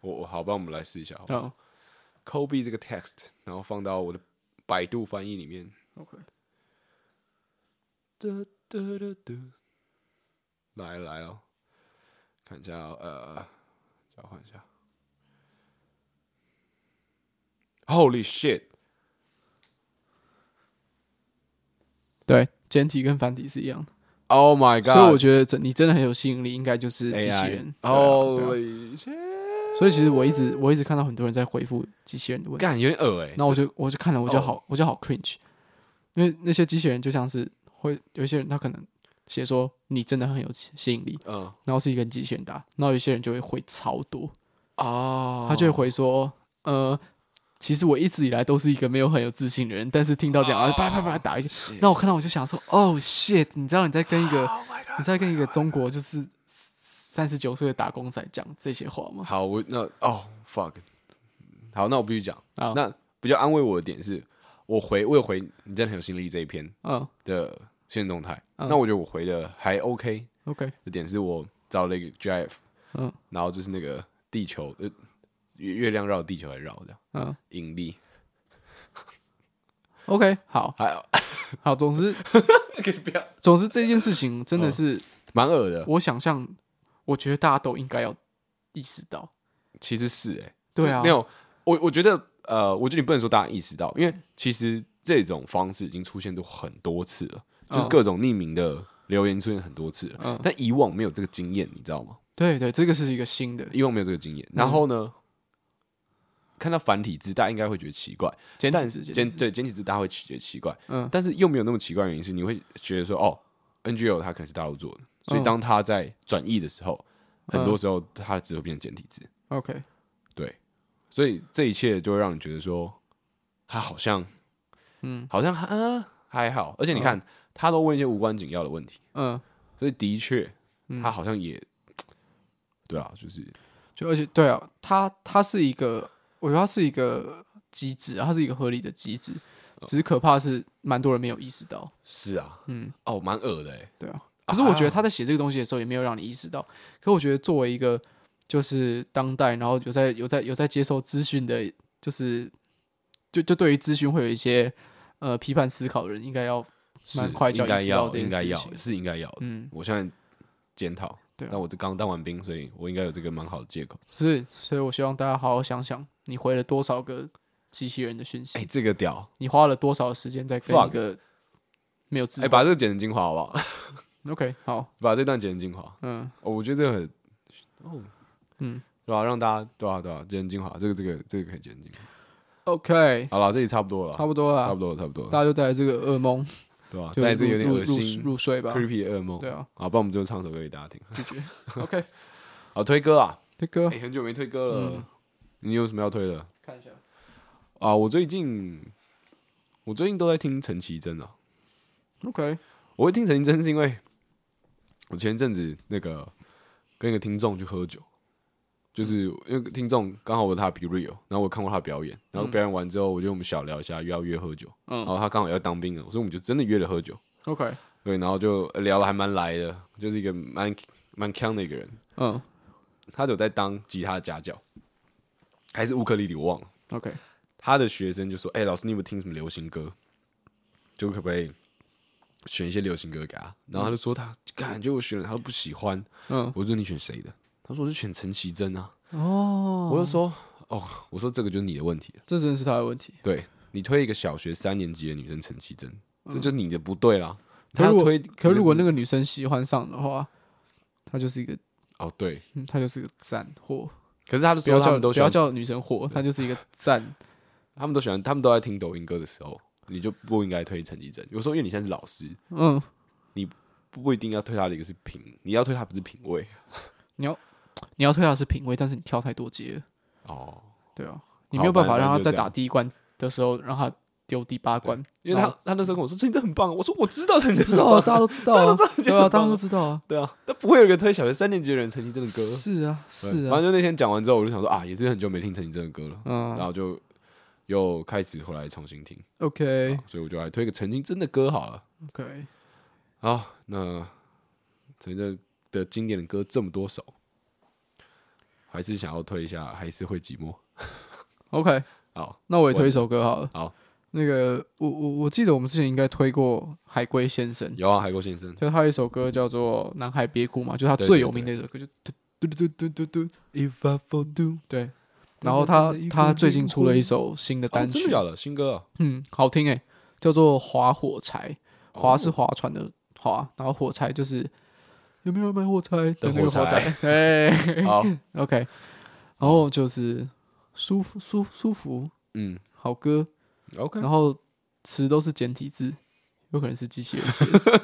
Speaker 1: 我我好吧，我们来试一下好不好
Speaker 2: 嗯
Speaker 1: Kobe 这个 text，然后放到我的百度翻译里面。
Speaker 2: ，OK，
Speaker 1: 嘟嘟嘟嘟，来了来了，看一下哦呃，交换一下。Holy shit！
Speaker 2: 对，简体跟繁体是一样的，
Speaker 1: Oh my god！
Speaker 2: 所以我觉得这你真的很有吸引力，应该就是机器
Speaker 1: AI
Speaker 2: 人。哦，对啊
Speaker 1: Holy shit！
Speaker 2: 所以其实我一直我一直看到很多人在回复机器人的问题，
Speaker 1: 干有点恶哎、
Speaker 2: 那我就我就看了，我就
Speaker 1: 哦
Speaker 2: 好、我就好 cringe，因为那些机器人就像是会有一些人他可能写说你真的很有吸吸引力，
Speaker 1: 嗯
Speaker 2: 然后是一个机器人答，然后有些人就会回超多，
Speaker 1: 哦，
Speaker 2: 他就会回说呃，其实我一直以来都是一个没有很有自信的人，但是听到这样，啊，叭叭
Speaker 1: 哦
Speaker 2: 叭打一个，那我看到我就想说，哦 shit，你知道你在跟一个、
Speaker 1: Oh
Speaker 2: 你在跟一个中国就是三十九岁的打工仔讲这些话吗？
Speaker 1: 好，我那哦 fuck，好，那我必须讲。
Speaker 2: 好
Speaker 1: 那比较安慰我的点是，我回我有回你真的很有心力这一篇
Speaker 2: 嗯
Speaker 1: 的现实动态。那我觉得我回的还 OK
Speaker 2: ，OK，
Speaker 1: 的点是我找了一个 GIF，
Speaker 2: 嗯
Speaker 1: 然后就是那个地球呃月月亮绕地球来绕的
Speaker 2: 嗯
Speaker 1: 引力，
Speaker 2: ，OK，好
Speaker 1: 还有
Speaker 2: 好，总之
Speaker 1: 可以不要嗯
Speaker 2: 总之这件事情真的是。
Speaker 1: 蛮恶的。
Speaker 2: 我想象，我觉得大家都应该要意识到，
Speaker 1: 其实是哎、
Speaker 2: 对
Speaker 1: 这
Speaker 2: 啊
Speaker 1: 没，有我我觉得呃，我觉得你不能说大家意识到，因为其实这种方式已经出现过很多次了，就是
Speaker 2: 嗯
Speaker 1: 各种匿名的留言出现很多次了，
Speaker 2: 嗯
Speaker 1: 但以往没有这个经验，你知道吗？
Speaker 2: 对对，这个是一个新的
Speaker 1: 以往没有这个经
Speaker 2: 嗯
Speaker 1: 验。然后呢，看到繁体字，大家应该会觉得奇 怪，
Speaker 2: 简体
Speaker 1: 但
Speaker 2: 字，
Speaker 1: 简
Speaker 2: 简体字
Speaker 1: 对简体字大家会觉得奇怪，
Speaker 2: 嗯
Speaker 1: 但是又没有那么奇怪，的原因是你会觉得说哦，NGO 它可能是大陆做的，所以
Speaker 2: 嗯
Speaker 1: 当它在转译的时候，很
Speaker 2: 嗯
Speaker 1: 多时候它的字会变成简体字。
Speaker 2: ，OK，
Speaker 1: 对，所以这一切就会让你觉得说，他好像，嗯，好像啊还好，而且你看、他都问一些无关紧要的问题，
Speaker 2: 嗯，
Speaker 1: 所以的确，他好像也，对啊，就是
Speaker 2: 就而且对啊，它它是一个，我觉得它是一个机制啊，它是一个合理的机制，只是可怕的是蛮多人没有意识到，
Speaker 1: 是啊，
Speaker 2: 嗯，
Speaker 1: 哦，蛮恶的哎，
Speaker 2: 对啊，可是我
Speaker 1: 啊
Speaker 2: 觉得他在写这个东西的时候也没有让你意识到，可我觉得作为一个就是当代，然后有在有在有在接受资讯的，就是就就对于资讯会有一些呃批判思考的人，应该要
Speaker 1: 是
Speaker 2: 蛮快就
Speaker 1: 应该
Speaker 2: 意识到
Speaker 1: 要
Speaker 2: 这件
Speaker 1: 应
Speaker 2: 事
Speaker 1: 该
Speaker 2: 情
Speaker 1: 要是应该要的，
Speaker 2: 嗯，
Speaker 1: 我现在检讨，
Speaker 2: 对啊
Speaker 1: 那我这刚当完兵，所以我应该有这个蛮好的借口。
Speaker 2: 是，所以我希望大家好好想想，你回了多少个机器人的讯息，
Speaker 1: 哎、这个屌！
Speaker 2: 你花了多少时间在跟
Speaker 1: Fuck
Speaker 2: 一个没有智
Speaker 1: 哎、
Speaker 2: 慧、
Speaker 1: 把这个剪成精华好不好？
Speaker 2: OK 好，
Speaker 1: 把这段剪成精华。
Speaker 2: 嗯
Speaker 1: 哦，我觉得这个很，哦，
Speaker 2: 嗯，
Speaker 1: 对吧、让大家对啊对啊，剪精华，这个这个这个可以剪精华。
Speaker 2: ，OK，
Speaker 1: 好了，这里差不多了，
Speaker 2: 差不多
Speaker 1: 差
Speaker 2: 了
Speaker 1: 不，多了，差不多
Speaker 2: 大
Speaker 1: 了，
Speaker 2: 家就带着这个噩梦，
Speaker 1: 对吧、
Speaker 2: 就
Speaker 1: 但这个有
Speaker 2: 入
Speaker 1: 点
Speaker 2: 入
Speaker 1: 恶
Speaker 2: 入
Speaker 1: 心、
Speaker 2: 入睡吧，
Speaker 1: creepy 的噩梦。
Speaker 2: 对啊，
Speaker 1: 好，帮我们最后唱首歌给大家听。
Speaker 2: 拒绝。OK，
Speaker 1: 好，推歌啊，
Speaker 2: 这个
Speaker 1: 哎、很久没推歌了，
Speaker 2: 嗯
Speaker 1: 你有什么要推的
Speaker 2: 看一下，
Speaker 1: 啊？我最近，我最近都在听陈绮贞啊。
Speaker 2: OK，
Speaker 1: 我会听陈绮贞是因 为我前阵子那个跟一个听众去喝酒，就是因为听众刚好我有他的 b r e a l 然后我看过他的表演，然后表演完之后，我就我们小聊一下，约要约喝酒，
Speaker 2: 嗯
Speaker 1: 然后他刚好要当兵了，所以我们就真的约了喝酒，
Speaker 2: OK，
Speaker 1: 对，然后就聊的还蛮来的，就是一个蛮蛮强的一个人，
Speaker 2: 嗯
Speaker 1: 他有在当吉他的家教，还是乌克丽丽，我忘了。
Speaker 2: ，OK，
Speaker 1: 他的学生就说：“哎、老师，你有没有听什么流行歌？就可不可以选一些流行歌给他？”然后他就说他感觉我选了，他都不喜欢。
Speaker 2: 嗯，
Speaker 1: 我说你选谁的？他说我是选陈绮贞啊。
Speaker 2: 哦，
Speaker 1: 我就说哦，我说这个就是你的问题了。
Speaker 2: 这真的是他的问题。
Speaker 1: 对你推一个小学三年级的女生陈绮贞，这就是你的不对啦。
Speaker 2: 嗯
Speaker 1: 他
Speaker 2: 可如
Speaker 1: 要
Speaker 2: 果
Speaker 1: 推，
Speaker 2: 可如果那
Speaker 1: 个
Speaker 2: 个女生喜欢上的话，她就是一个，
Speaker 1: 哦对，
Speaker 2: 嗯，她就是个赞货。
Speaker 1: 可是他就
Speaker 2: 不
Speaker 1: 说
Speaker 2: 要
Speaker 1: 他
Speaker 2: 叫
Speaker 1: 们都
Speaker 2: 不
Speaker 1: 喜
Speaker 2: 要
Speaker 1: 欢，
Speaker 2: 叫女生货，她就是一个 赞。
Speaker 1: 他们都喜欢，他们都在听抖音歌的时候，你就不应该推陈绮贞。有时候因为你现在是老师，
Speaker 2: 嗯，
Speaker 1: 不不一定要推他的一个是品，你要推他不是品味
Speaker 2: 你要推她是品味，但是你跳太多阶了，
Speaker 1: 哦。
Speaker 2: 对啊，你没有
Speaker 1: 好
Speaker 2: 办
Speaker 1: 那
Speaker 2: 法让
Speaker 1: 那
Speaker 2: 她
Speaker 1: 就
Speaker 2: 在
Speaker 1: 这样
Speaker 2: 打第一关的时候让她丢第八 关，
Speaker 1: 因为他
Speaker 2: 然后
Speaker 1: 他那时候跟我说陈绮贞很棒，我说我知道陈绮贞
Speaker 2: 知
Speaker 1: 很
Speaker 2: 道啊，
Speaker 1: 棒，
Speaker 2: 大家都知道啊，对啊，大家都知道啊，
Speaker 1: 对啊，那不会有一个推小学三年级的人陈绮贞的歌。
Speaker 2: 是啊，
Speaker 1: 对
Speaker 2: 是
Speaker 1: 反
Speaker 2: 啊，
Speaker 1: 正就那天讲完之后，我就想说啊，也是很久没听陈绮贞的歌了，然
Speaker 2: 嗯
Speaker 1: 后就又开始后来重新听，
Speaker 2: ，OK
Speaker 1: 好所以我就来推个陈绮贞的歌好了。
Speaker 2: OK，
Speaker 1: 好，那陈绮贞的经典的歌这么多首，还是想要推一下，还是会寂寞。
Speaker 2: OK，
Speaker 1: 好，
Speaker 2: 那我也
Speaker 1: 我
Speaker 2: 推一首歌好了。
Speaker 1: 好，
Speaker 2: 那个我我我记得我们之前应该推过《海龟先生》，
Speaker 1: 有啊，海阔先生
Speaker 2: 就是他有一首歌叫做《男孩别哭》嘛，就是他
Speaker 1: 对
Speaker 2: 最
Speaker 1: 对
Speaker 2: 有
Speaker 1: 对
Speaker 2: 名的一首歌，就嘟嘟嘟嘟嘟嘟。
Speaker 1: ，If I fall do，
Speaker 2: 对，
Speaker 1: 对
Speaker 2: 然后
Speaker 1: 对
Speaker 2: 他
Speaker 1: 对
Speaker 2: 他
Speaker 1: 对
Speaker 2: 最
Speaker 1: 对
Speaker 2: 近出了一首新的
Speaker 1: 哦，
Speaker 2: 单
Speaker 1: 哦真
Speaker 2: 曲
Speaker 1: 的，假的？新歌啊，
Speaker 2: 嗯，好听诶、叫做《划火柴》，划
Speaker 1: 哦
Speaker 2: 是划船的划，然后火柴就是有没有人买火柴的
Speaker 1: 的
Speaker 2: 那个
Speaker 1: 火
Speaker 2: 火
Speaker 1: 柴
Speaker 2: 柴，哎
Speaker 1: 好，
Speaker 2: ，OK，然后就是舒服舒舒服
Speaker 1: 嗯
Speaker 2: 好歌，
Speaker 1: ，OK，
Speaker 2: 然后词都是简体字，有可能是机器人写的。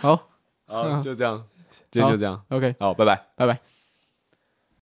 Speaker 2: 好
Speaker 1: 好，就这样，今天就这样。
Speaker 2: ，OK，
Speaker 1: 好，拜拜。
Speaker 2: 拜拜。